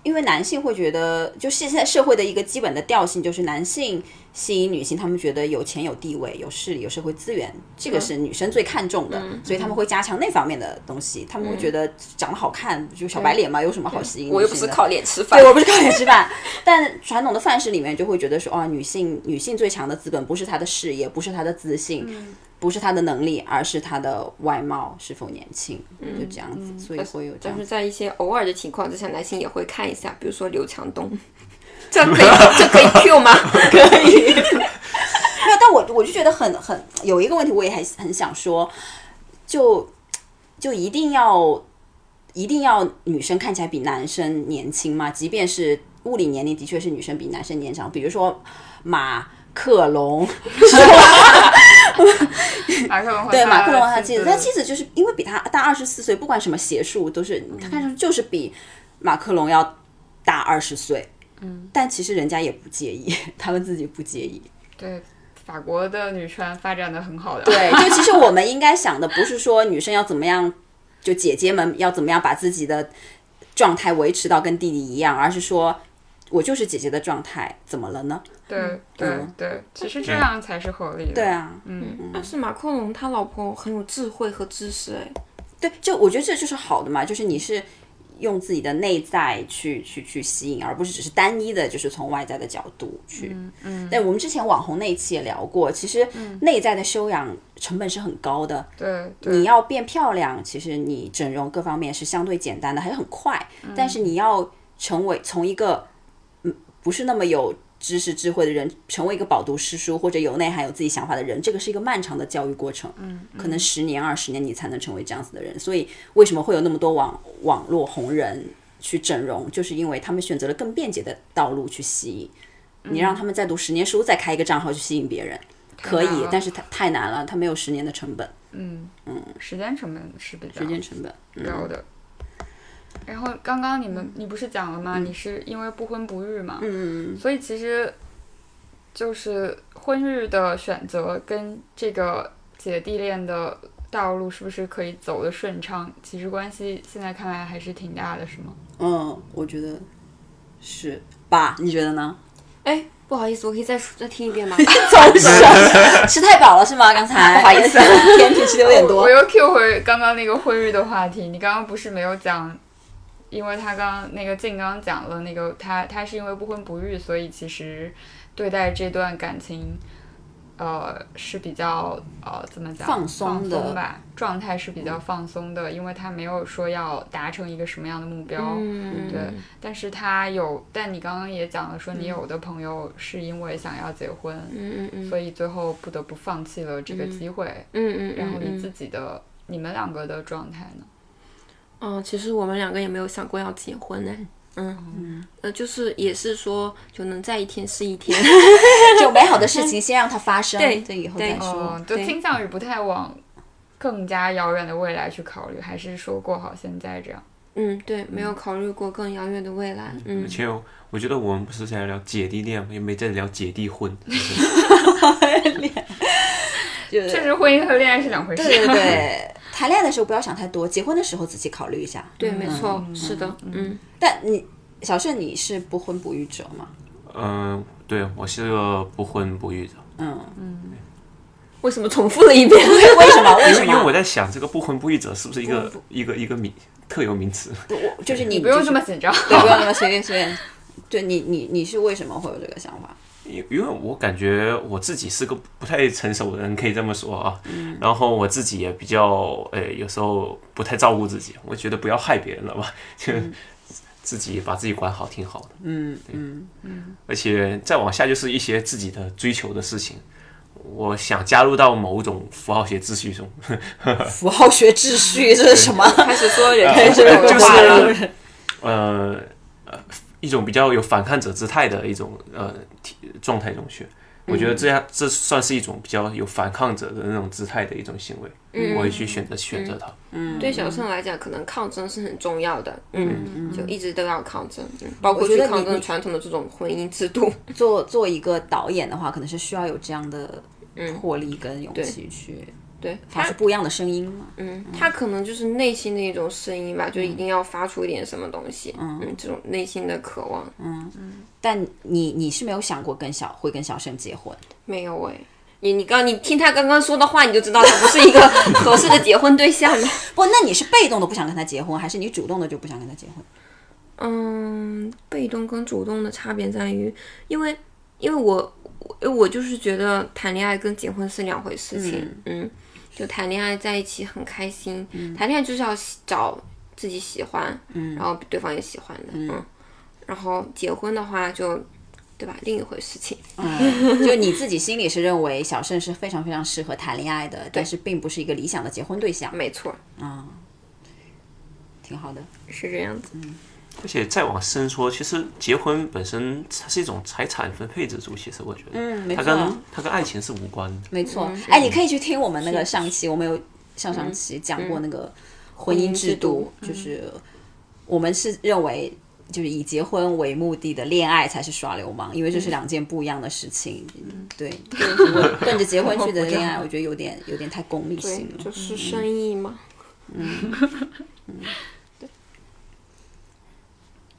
Speaker 2: 因为男性会觉得，就现在社会的一个基本的调性就是男性吸引女性，他们觉得有钱、有地位、有势力、有社会资源，这
Speaker 4: 嗯
Speaker 2: 个是女生最看重的，所以他们会加强那方面的东西。他们会觉得长得好看，就小白脸嘛，有什么好吸引？
Speaker 4: 嗯我又不是靠。脸吃饭
Speaker 2: 对，我不是靠脸吃饭，但传统的范式里面就会觉得说，哦，女性女性最强的资本不是她的事业，不是她的自信，不是她的能力，而是她的外貌是否年轻，就这样子，所以会有这
Speaker 4: 但
Speaker 2: 样
Speaker 4: 是
Speaker 2: 子。
Speaker 4: 在一些偶尔的情况之下，男性也会看一下，比如说刘强东， 这 可以这可以 Q 吗？可以。
Speaker 2: 没有，但我我就觉得很很有一个问题，我也还很想说，就就一定要一定要女生看起来比男生年轻吗？即便是物理年龄的确是女生比男生年长，比如说马克龙。
Speaker 3: 马克龙和
Speaker 2: 对，
Speaker 3: 他
Speaker 2: 马克龙和他妻
Speaker 3: 妻
Speaker 2: 子，
Speaker 3: 子，
Speaker 2: 他妻子就是因为比他大二十四岁，不管什么邪术都是，他看上去就是比马克龙要大二十岁。嗯，但其实人家也不介意， 他们自己不介意。
Speaker 3: 对法国的女权发展的很好的，
Speaker 2: 对，就其实我们应该想的不是说女生要怎么样，就姐姐们要怎么样把自己的状态维持到跟弟弟一样，而是说我就是姐姐的状态，怎么了呢？
Speaker 3: 对对对，其实这样才是合理的。
Speaker 2: 嗯对，啊，
Speaker 4: 但是马克龙他老婆很有智慧和知识，哎，
Speaker 2: 对，就我觉得这就是好的嘛，就是你是用自己的内在去去去吸引，而不是只是单一的，就是从外在的角度去。嗯，但我们之前网红那一期也聊过，其实内在的修养成本是很高的。
Speaker 3: 对
Speaker 2: 你
Speaker 3: 对
Speaker 2: 要变漂亮，其实你整容各方面是相对简单的，还很快。但是你要成为从一个嗯不是那么有知识智慧的人，成为一个饱读诗书或者有内涵、有自己想法的人，这个是一个漫长的教育过程。嗯，可能十年、二十年你才能成为这样子的人。所以为什么会有那么多网网络红人去整容，就是因为他们选择了更便捷的道路去吸引。你让他们再读十年书，再开一个账号去吸引别人，可
Speaker 3: 难
Speaker 2: 以
Speaker 3: 了，
Speaker 2: 但是太太难了，他没有十年的成本，
Speaker 3: 嗯时间成本是比较
Speaker 2: 时间成本。
Speaker 3: 高的。然后刚刚你们你不是讲了吗？你是因为不婚不育嘛，
Speaker 2: 嗯，
Speaker 3: 所以其实就是婚育的选择跟这个姐弟恋的道路是不是可以走得顺畅，其实关系现在看来还是挺大的，是吗？
Speaker 2: 嗯，我觉得是吧？你觉得 呢？
Speaker 4: 哎，不好意思，我可以再再听一遍吗？
Speaker 2: 总是吃太饱了是吗？刚 才不好意思，甜品吃的有点
Speaker 3: 我
Speaker 2: 多
Speaker 3: 我。又 Q 回刚刚那个婚育的话题，你刚刚不是没有讲，因为他刚那个静刚讲了那个他他是因为不婚不育，所以其实对待这段感情，呃是比较呃怎么讲
Speaker 2: 放松的
Speaker 3: 放松吧，状态是比较放松的，因为他没有说要达成一个什么样的目标，
Speaker 4: 嗯
Speaker 3: 对，但是他有，但你刚刚也讲了说你有的朋友是因为想要结婚，
Speaker 4: 嗯嗯嗯
Speaker 3: 所以最后不得不放弃了这个机会。
Speaker 4: 嗯嗯，
Speaker 3: 然后你
Speaker 4: 嗯
Speaker 3: 自己的、你们两个的状态呢？
Speaker 4: 嗯，其实我们两个也没有想过要结婚呢。嗯，呃，就是也是说，就能在一天是一 天。
Speaker 2: 就美好的事情先让它发生，
Speaker 4: 对
Speaker 2: 这以后再
Speaker 4: 对
Speaker 2: 说
Speaker 3: 嗯，。就倾向于不太往更加遥远的未来去考虑，还是说过好现在这样。
Speaker 4: 嗯，对，没有考虑过更遥远的未来。嗯
Speaker 5: 而，且我觉得我们不是在聊姐弟恋，也没在聊姐弟婚。
Speaker 2: 对
Speaker 3: 确实，婚姻和恋爱是两回事。
Speaker 2: 对对对， 谈恋爱的时候不要想太多，结婚的时候仔细考虑一下。
Speaker 4: 对，没错，是的，嗯，
Speaker 2: 但你小盛，你是不婚不育者吗？
Speaker 5: 嗯、对我是个不婚不育的，
Speaker 2: 嗯，
Speaker 4: 为什么重复了一遍？
Speaker 2: 为什么？为
Speaker 5: 因
Speaker 2: 什
Speaker 5: 为因为我
Speaker 2: 么？
Speaker 5: 在想这个不婚不育者是不是一个一个一个名特有名词？
Speaker 2: 我就是你，
Speaker 3: 你 不用
Speaker 2: 就是
Speaker 3: 这么紧张。
Speaker 2: 对， 不用那么随便随便。对你，你你是为什么会有这个想法？
Speaker 5: 因因为我感觉我自己是个不太成熟的人，可以这么说啊。
Speaker 2: 嗯
Speaker 5: 然后我自己也比较，呃，有时候不太照顾自己。我觉得不要害别人了吧，就自己把自己管好挺好的。
Speaker 2: 嗯嗯。
Speaker 5: 而且再往下就是一些自己的追求的事情，我想加入到某种符号学秩序中，
Speaker 2: 符号学秩 序这是什么？
Speaker 4: 开始说人
Speaker 2: 开始有
Speaker 5: 就是
Speaker 2: 话了。
Speaker 5: 呃呃，一种比较有反抗者姿态的一种呃体状态中学。我觉得这
Speaker 2: 嗯
Speaker 5: 样这算是一种比较有反抗者的那种姿态的一种行为，
Speaker 2: 嗯
Speaker 5: 我会去选择选择他。
Speaker 4: 对小胜来讲，可能抗争是很重要的，嗯，就一直都要抗争，嗯包括
Speaker 2: 我觉
Speaker 4: 去
Speaker 2: 得
Speaker 4: 抗
Speaker 2: 你
Speaker 4: 争
Speaker 2: 你
Speaker 4: 传统的这种婚姻制度，
Speaker 2: 做做一个导演的话，可能是需要有这样的魄力跟勇气去
Speaker 4: 嗯对，
Speaker 2: 发出不一样的声音嘛。
Speaker 4: 嗯，他可能就是内心的一种声音吧，就一定要发出一点什么东西，嗯，这种内心的渴望，
Speaker 2: 但你你是没有想过跟小会跟小盛结婚，
Speaker 4: 没有哎、你你刚你听他刚刚说的话，你就知道他不是 一个合适的结婚对象了。
Speaker 2: 不，那你是被动的不想跟他结婚，还是你主动的就不想跟他结婚？
Speaker 4: 嗯，被动跟主动的差别在于，因为因为我我我就是觉得谈恋爱跟结婚是两回事情，嗯就谈恋爱在一起很开心，谈恋爱就是要喜找自己喜欢，嗯，然后对方也喜欢的，嗯，然后结婚的话就。对吧？另一回事情，
Speaker 2: 嗯，就你自己心里是认为小盛是非常非常适合谈恋爱的，但是并不是一个理想的结婚对象，
Speaker 4: 没错，
Speaker 2: 挺好的。
Speaker 4: 是这样子。
Speaker 5: 而且再往深说，其实结婚本身它是一种财产分配制度，其实我觉得，
Speaker 2: 嗯没
Speaker 5: 它
Speaker 2: 错
Speaker 5: 跟它跟爱情是无关的。
Speaker 2: 没错，哎，你可以去听我们那个上期，我们有上上期讲过那个嗯婚姻制度，嗯就是我们是认为就是以结婚为目的的恋爱才是耍流氓，因为这是两件不一样的事情。嗯 对，我奔着结婚去的恋爱，我觉得有点有点太功利
Speaker 4: 对
Speaker 2: 性，了。
Speaker 4: 就是生意嘛。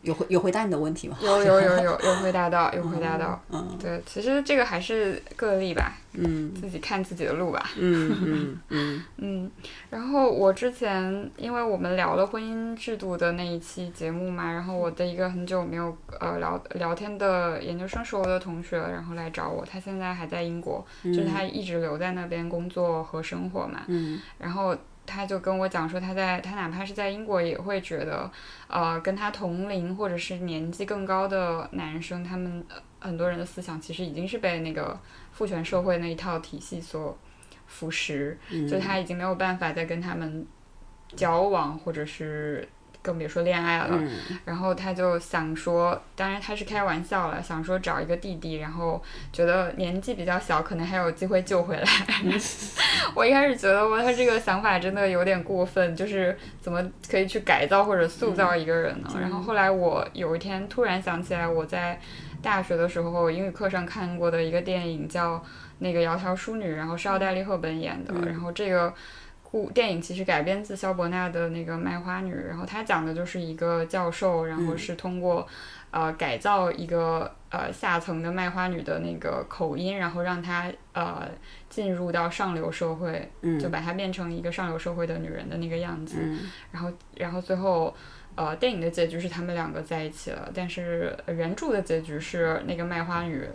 Speaker 2: 有回有回答你的问题吗？
Speaker 3: 有有有有有回答到，有回答到。嗯，对，其实这个还是个例吧，嗯，自己看自己的路吧。
Speaker 2: 嗯嗯嗯，
Speaker 3: 嗯，然后我之前因为我们聊了婚姻制度的那一期节目嘛，然后我的一个很久没有呃聊聊天的研究生时候的同学，然后来找我，他现在还在英国，就是他一直留在那边工作和生活嘛，嗯，然后。他就跟我讲说，他在他哪怕是在英国，也会觉得，呃，跟他同龄或者是年纪更高的男生，他们呃很多人的思想其实已经是被那个父权社会那一套体系所腐蚀，就他已经没有办法再跟他们交往，或者是更别说恋爱了。然后他就想说，当然他是开玩笑了，想说找一个弟弟，然后觉得年纪比较小，可能还有机会救回来。 我一开始觉得哇，他这个想法真的有点过分，就是怎么可以去改造或者塑造一个人呢？然后后来我有一天突然想起来，我在大学的时候英语课上看过的一个电影叫《那个窈窕淑女》，然后是奥黛丽·赫本演的，然后这个。故电影其实改编自萧伯纳的那个《卖花女》，然后他讲的就是一个教授，然后是通过、呃改造一个呃下层的卖花女的那个口音，然后让她呃进入到上流社会，就把她变成一个上流社会的女人的那个样子。然后，然后最后，呃，电影的结局是他们两个在一起了，但是原著的结局是那个卖花女。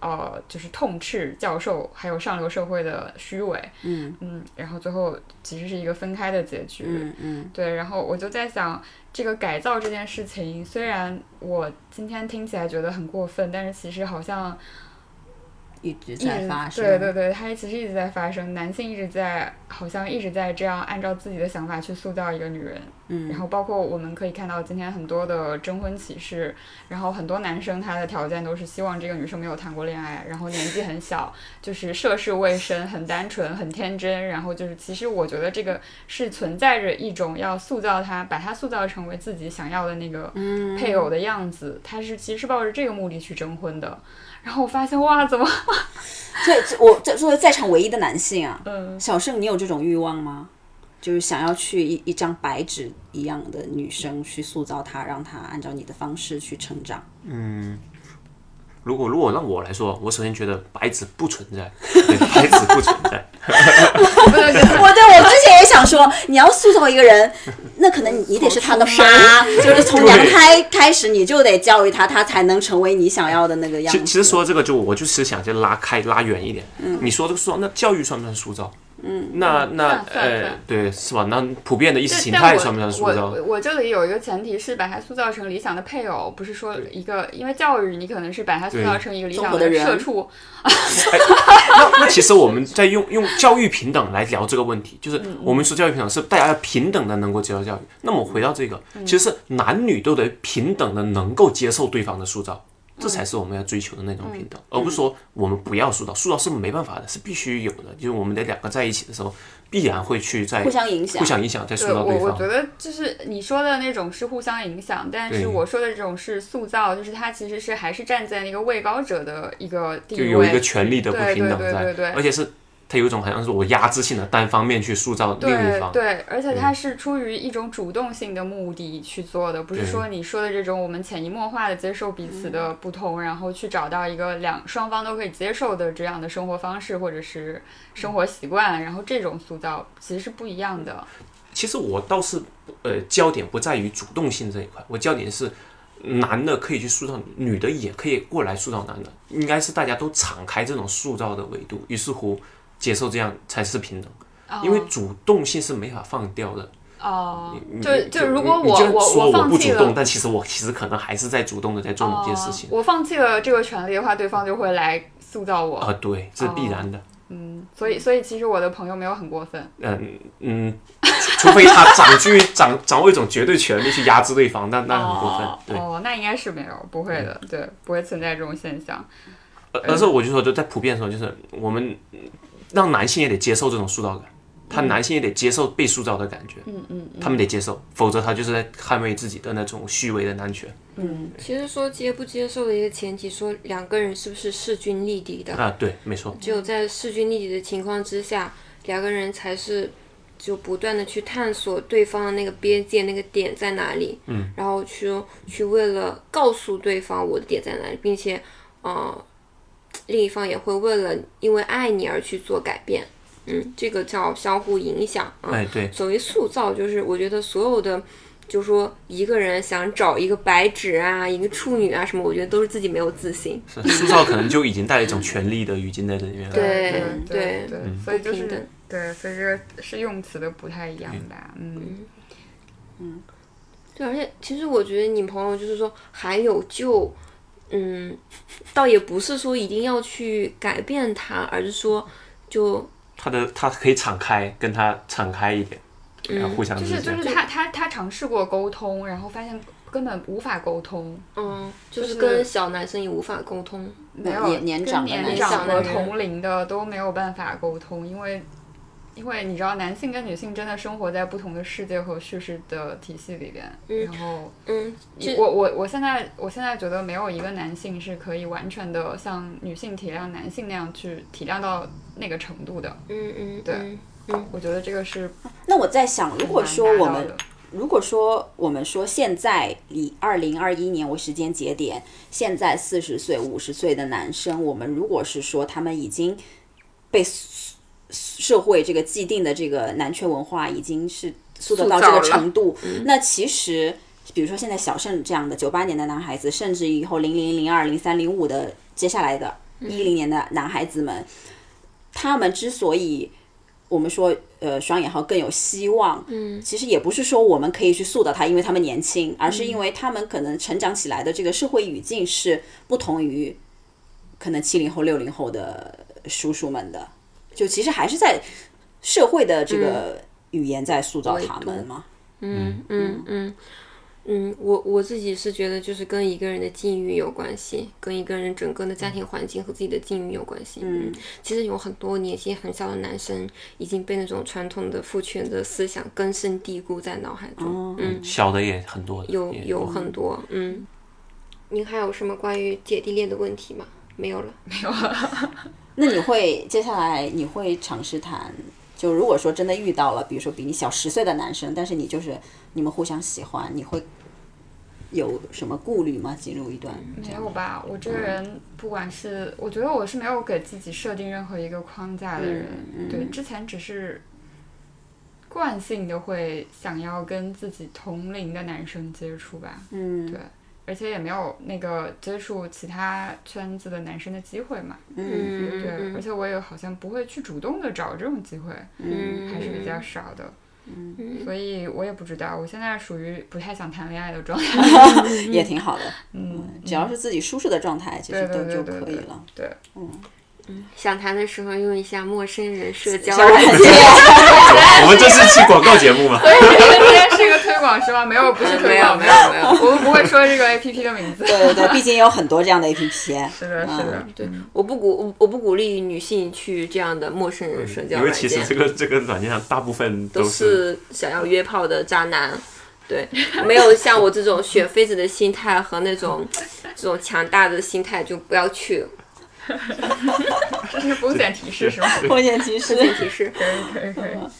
Speaker 3: 呃，就是痛斥教授还有上流社会的虚伪，嗯然后最后其实是一个分开的结局，嗯嗯，对，然后我就在想，这个改造这件事情，虽然我今天听起来觉得很过分，但是其实好像
Speaker 2: 一直
Speaker 3: 一
Speaker 2: 在
Speaker 3: 直
Speaker 2: 发生。
Speaker 3: 对对对，它其实一直在发生，男性一直在好像一直在这样按照自己的想法去塑造一个女人，嗯，然后包括我们可以看到今天很多的征婚启事，然后很多男生他的条件都是希望这个女生没有谈过恋爱，然后年纪很小，就是涉世未深，很单纯，很天真，然后就是其实我觉得这个是存在着一种要塑造她，把她塑造成为自己想要的那个
Speaker 2: 嗯
Speaker 3: 配偶的样子，他是其实是抱着这个目的去征婚的。然后我发现哇，怎么
Speaker 2: 对，这 我这作为在场唯一的男性啊，
Speaker 3: 嗯
Speaker 2: 小盛，你有这种欲望吗？就是想要去一一张白纸一样的女生去塑造她，让她按照你的方式去成长。
Speaker 5: 如果如果让我来说，我首先觉得白纸不存 在，对白纸不存在。
Speaker 2: 我对我之前也想说，你要塑造一个人，那可能你你得是他的妈，就是从娘胎开始你就得教育她，她才能成为你想要的那个样
Speaker 5: 其
Speaker 2: 子。嗯
Speaker 5: 其实说这个就我就是想先拉开拉远一点。你说这个塑造，那教育算不算塑造？嗯，那那
Speaker 3: 算算
Speaker 5: 呃
Speaker 3: 算，
Speaker 5: 对，是吧？那普遍的意识
Speaker 3: 对
Speaker 5: 形
Speaker 3: 但
Speaker 5: 态
Speaker 3: 我
Speaker 5: 算不算塑造
Speaker 3: 我？我这里有一个前提是把它塑造成理想的配偶，不是说一个，因为教育你可能是把它塑造成一个理
Speaker 2: 综
Speaker 3: 想
Speaker 2: 合的人
Speaker 3: 社畜，
Speaker 5: 哎，那那其实我们在用用教育平等来聊这个问题，就是
Speaker 2: 嗯
Speaker 5: 我们说教育平等是大家要平等的能够接受教
Speaker 2: 嗯
Speaker 5: 育。那么回到这个，其实是男女都得平等的能够接受对方的塑造。
Speaker 2: 嗯
Speaker 5: 这才是我们要追求的那种平等，而不是说我们不要疏导，疏导是没办法的，是必须有的。就是我们的两个在一起的时候，必然会去在
Speaker 2: 互相影响
Speaker 5: 互相影响，在疏
Speaker 3: 对
Speaker 5: 导
Speaker 3: 我，我
Speaker 5: 方
Speaker 3: 觉。得就是你说的那种是互相影响，但
Speaker 5: 对
Speaker 3: 是我说的这种是塑造，就是他其实是还是站在一个位高者的一个地
Speaker 5: 就
Speaker 3: 位，
Speaker 5: 有一个权力的不平等
Speaker 3: 对对
Speaker 5: 在
Speaker 3: 对对对，
Speaker 5: 而且是它有一种好像是我压制性的单方面去塑造另一
Speaker 3: 对
Speaker 5: 方，
Speaker 3: 对，而且它是出于一种主动性的目的去做的，不是
Speaker 5: 对
Speaker 3: 说你说的这种我们潜移默化的接受彼此的不同，然后去找到一个两双方都可以接受的这样的生活方式或者是生活习惯，然后这种塑造其实是不一样的。
Speaker 5: 其实我倒是呃焦点不在于主动性这一块，我焦点是男的可以去塑造女，女的也可以过来塑造男的，应该是大家都敞开这种塑造的维度，于是乎接受这样才是平等，因为主动性是没法放掉的。
Speaker 3: 哦、
Speaker 5: 你
Speaker 3: 就
Speaker 5: 嗯你
Speaker 3: 就如果
Speaker 5: 你
Speaker 3: 我
Speaker 5: 就
Speaker 3: 我
Speaker 5: 说我
Speaker 3: 放
Speaker 5: 不
Speaker 3: 弃
Speaker 5: 主
Speaker 3: 了
Speaker 5: 动，。但其实我其实可能还是在主动的在做某件事情
Speaker 3: 哦我放弃了这个权利的话，对方就会来塑造我。
Speaker 5: 啊、对，
Speaker 3: 哦
Speaker 5: 这是必然的。
Speaker 3: 所以，所以其实我的朋友没有很过分。
Speaker 5: 嗯嗯，除除非他掌据掌掌握一种绝对权力去压制对方，那那很过分。对，嗯
Speaker 3: 哦，哦那应该是没有，不会的，对，不会存在这种现象。
Speaker 5: 而而是我就说，就在普遍说，就是我们让男性也得接受这种塑造感，他男性也得接受被塑造的感觉，嗯嗯，他们得接受，否则他就是在捍卫自己的那种虚伪的男权
Speaker 4: 其实说接不接受的一个前提，说两个人是不是势均力敌的，
Speaker 5: 啊。对，没错，
Speaker 4: 只有在势均力敌的情况之下，两个人才是就不断的去探索对方的那个边界那个点在哪里，嗯，然后去去为了告诉对方我的点在哪里，并且，呃，另一方也会为了因为爱你而去做改变，嗯，这个叫相互影响啊。
Speaker 5: 哎，对，
Speaker 4: 所谓塑造，就是我觉得所有的，就说一个人想找一个白纸啊，一个处女啊什么，我觉得都是自己没有自信。
Speaker 5: 是塑造可能就已经带了一种权力的语境在里面了。
Speaker 4: 对
Speaker 3: 对
Speaker 4: 对
Speaker 3: 所以就
Speaker 4: 不平等
Speaker 3: 是对，所以这个是用词的不太一样吧，嗯，
Speaker 4: 对，而且其实我觉得你朋友就是说还有救，嗯，倒也不是说一定要去改变他，而是说就
Speaker 5: 他的他可以敞开，跟他敞开一点，然后互相
Speaker 3: 就
Speaker 5: 之
Speaker 3: 是
Speaker 5: 间。
Speaker 3: 就是嗯他他他尝试过沟通，然后发现根本无法沟通，
Speaker 4: 嗯，就
Speaker 3: 就是
Speaker 4: 是跟小男生也无法沟通。
Speaker 3: 没有
Speaker 2: 年年长
Speaker 3: 跟
Speaker 2: 的
Speaker 3: 年
Speaker 2: 男
Speaker 3: 长
Speaker 4: 生
Speaker 3: 和同龄的都没有办法沟通，因为。因为你知道，男性跟女性真的生活在不同的世界和叙事的体系里边。然后，
Speaker 4: 嗯，就
Speaker 3: 我我我现在我现在觉得没有一个男性是可以完全的像女性体谅男性那样去体谅到那个程度的。
Speaker 4: 嗯嗯，
Speaker 3: 对
Speaker 4: 嗯
Speaker 3: 我觉得这个是
Speaker 2: 那我在想，如
Speaker 3: 很
Speaker 2: 果
Speaker 3: 难
Speaker 2: 说
Speaker 3: 达
Speaker 2: 我
Speaker 3: 到
Speaker 2: 们
Speaker 3: 的
Speaker 2: 如果说我们说现在离二零二一年为时间节点，现在四十岁、五十岁的男生，我们如果是说他们已经被 s- s- 社会这个既定的这个男权文化已经是塑造到这
Speaker 4: 塑造
Speaker 2: 个
Speaker 4: 了
Speaker 2: 程度，那其实。比如说，现在小盛这样的九八年的男孩子，甚至以后零零、零二、零三、零五的接下来的一零年的男孩子们，他们之所以我们说呃双引号更有希望，嗯，其实也不是说我们可以去塑造他，因为他们年轻，而是因为他们可能成长起来的这个社会语境是不同于可能七零后、六零后的叔叔们的，就其实还是在社会的这个语言在塑造他们嘛。
Speaker 4: 嗯嗯嗯嗯，我我自己是觉得，就是跟一个人的境遇有关系，跟一个人整个的家庭环境和自己的境遇有关系。嗯，其实有很多年纪很小的男生已经被那种传统的父权的思想根深蒂固在脑海中。
Speaker 2: 哦
Speaker 4: 嗯，
Speaker 5: 小的也很多的，
Speaker 4: 有
Speaker 5: 也
Speaker 4: 有很多。嗯，您还有什么关于姐弟恋的问题吗？没有了。
Speaker 2: 那你会接下来你会尝试谈？就如果说真的遇到了，比如说比你小十岁的男生，但是你就是你们互相喜欢，你会有什么顾虑吗？进入一段
Speaker 3: 没有吧？我这个人不管是我觉得我是没有给自己设定任何一个框架的人，
Speaker 2: 嗯
Speaker 3: 对，之前只是惯性的会想要跟自己同龄的男生接触吧，
Speaker 2: 嗯
Speaker 3: 对，而且也没有那个接触其他圈子的男生的机会嘛，
Speaker 2: 嗯
Speaker 4: 嗯
Speaker 3: 对，而
Speaker 4: 嗯
Speaker 3: 且我也好像不会去主动的找这种机会，
Speaker 4: 嗯，
Speaker 3: 还是比较少的。嗯，所以我也不知道，我现在属于不太想谈恋爱的状态。
Speaker 4: 嗯
Speaker 2: 也挺好的。嗯，只要是自己舒适的状态，其实
Speaker 3: 对
Speaker 2: 都
Speaker 3: 对
Speaker 2: 就
Speaker 3: 对
Speaker 2: 可
Speaker 3: 对
Speaker 2: 以了。
Speaker 3: 对，
Speaker 4: 想谈的时候用一下陌生人社交
Speaker 2: 小软件，
Speaker 5: 我们这是期广告节目嘛？
Speaker 3: 今天是个推广是吧？没有，不是推
Speaker 4: 没有
Speaker 3: 广，
Speaker 4: 没有没有，
Speaker 3: 我们不会说这个 A P P 的名字。
Speaker 2: 对对对，毕竟也有很多这样的 A P P。
Speaker 3: 是的，是的，
Speaker 4: 对，我不鼓我我不鼓励女性去这样的陌生人社交
Speaker 5: 嗯因为
Speaker 4: 软
Speaker 5: 其实
Speaker 4: 件，
Speaker 5: 这个这个软件上大部分
Speaker 4: 都
Speaker 5: 是
Speaker 4: 是想要约炮的渣男。对， 没有像我这种雪妃子的心态和那种这种强大的心态，就不要去了。
Speaker 3: 这是风险提示是吗？
Speaker 2: 风险提示。
Speaker 4: 提示，
Speaker 3: 可以，可以。
Speaker 4: 嗯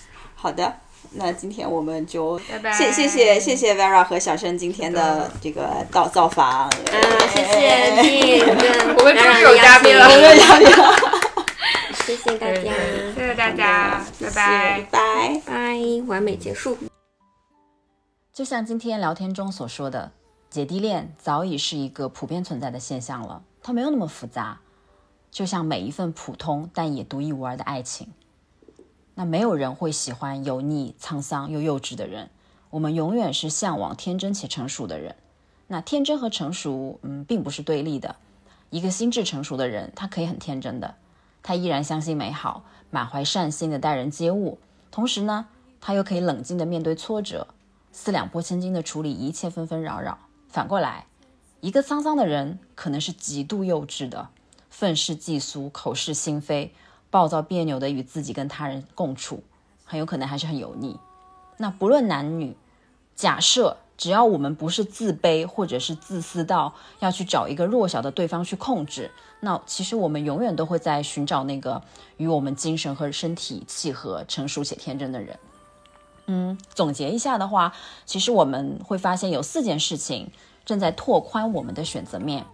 Speaker 2: 好的，那今天我们就
Speaker 3: 拜拜
Speaker 2: 谢谢谢谢谢 Vera 和小盛今天的这个到造访。
Speaker 4: 嗯，谢谢 Jin 跟
Speaker 3: 我们终于有嘉宾了
Speaker 4: 冉冉
Speaker 2: 哎
Speaker 4: 杨晴
Speaker 2: 呀呀
Speaker 4: 谢 谢大家，
Speaker 3: 谢谢大家，拜拜。
Speaker 2: 嗯拜。
Speaker 4: 拜，完美结束。
Speaker 1: 就像今天聊天中所说的，姐弟恋早已是一个普遍存在的现象了，它没有那么复杂，就像每一份普通但也独一无二的爱情。那没有人会喜欢油腻、沧桑又幼稚的人，我们永远是向往天真且成熟的人。那天真和成熟，嗯，并不是对立的。一个心智成熟的人，他可以很天真的，他依然相信美好，满怀善心的待人接物，同时呢，他又可以冷静的面对挫折，四两拨千斤的处理一切纷纷扰扰。反过来，一个沧桑的人可能是极度幼稚的，愤世嫉俗、口是心非、暴躁别扭的与自己跟他人共处，很有可能还是很油腻。那不论男女，假设只要我们不是自卑或者是自私到要去找一个弱小的对方去控制，那其实我们永远都会在寻找那个与我们精神和身体契合、成熟且天真的人。嗯，总结一下的话，其实我们会发现有四件事情正在拓宽我们的选择面。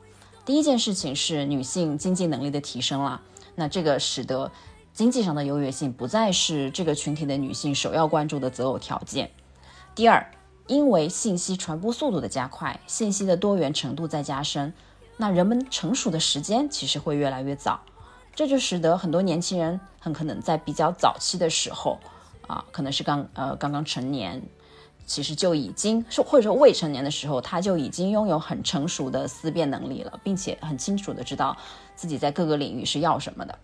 Speaker 1: 第一件事情是女性经济能力的提升了，那这个使得经济上的优越性不再是这个群体的女性首要关注的择偶条件。第二，因为信息传播速度的加快，信息的多元程度在加深，那人们成熟的时间其实会越来越早，这就使得很多年轻人很可能在比较早期的时候，啊，可能是刚呃刚刚成年，其实就已经是或者说未成年的时候，他就已经拥有很成熟的思辨能力了，并且很清楚的知道自己在各个领域是要什么的。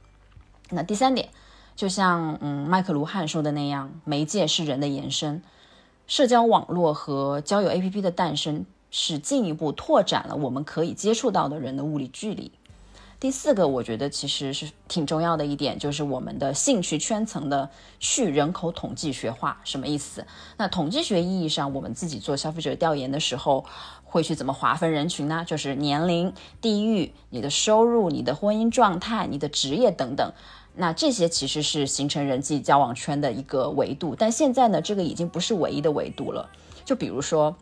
Speaker 1: 那第三点，就像嗯麦克卢汉说的那样，媒介是人的延伸，社交网络和交友 APP 的诞生是进一步拓展了我们可以接触到的人的物理距离。第四个，我觉得其实是挺重要的一点，就是我们的兴趣圈层的去人口统计学化，什么意思？那统计学意义上，我们自己做消费者调研的时候，会去怎么划分人群呢？就是年龄、地域、你的收入、你的婚姻状态、你的职业等等。那这些其实是形成人际交往圈的一个维度，但现在呢，这个已经不是唯一的维度了。就比如说，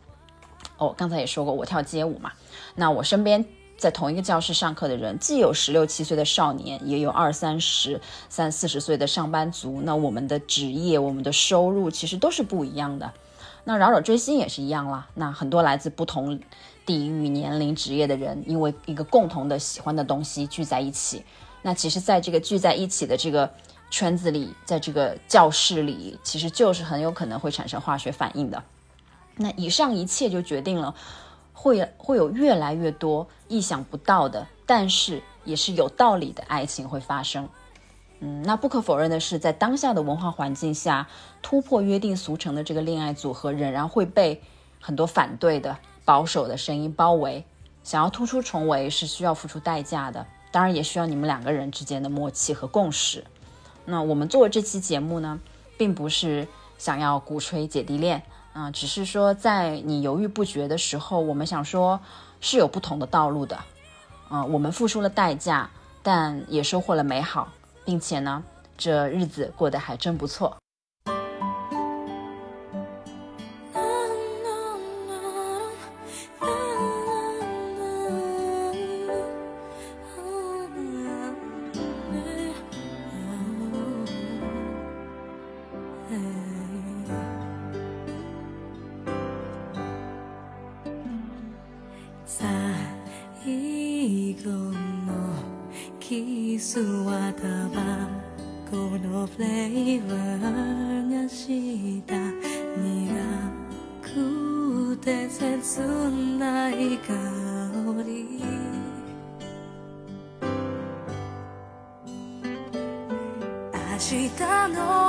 Speaker 1: 哦，刚才也说过，我跳街舞嘛，那我身边在同一个教室上课的人，既有十六七岁的少年，也有二三十、三四十岁的上班族。那我们的职业、我们的收入其实都是不一样的。那扰扰追星也是一样啦。那很多来自不同地域、年龄、职业的人，因为一个共同的喜欢的东西聚在一起。那其实，在这个聚在一起的这个圈子里，在这个教室里，其实就是很有可能会产生化学反应的。那以上一切就决定了会会有越来越多意想不到的，但是也是有道理的爱情会发生。嗯，那不可否认的是，在当下的文化环境下，突破约定俗成的这个恋爱组合，仍然会被很多反对的、保守的声音包围。想要突出重围是需要付出代价的，当然也需要你们两个人之间的默契和共识。那我们做这期节目呢，并不是想要鼓吹姐弟恋啊、只是说在你犹豫不决的时候，我们想说是有不同的道路的，嗯、我们付出了代价，但也收获了美好，并且呢，这日子过得还真不错。
Speaker 6: 最後のキスはタバコのフレーバーがした苦くて切ない香りしたの Mm-hmm.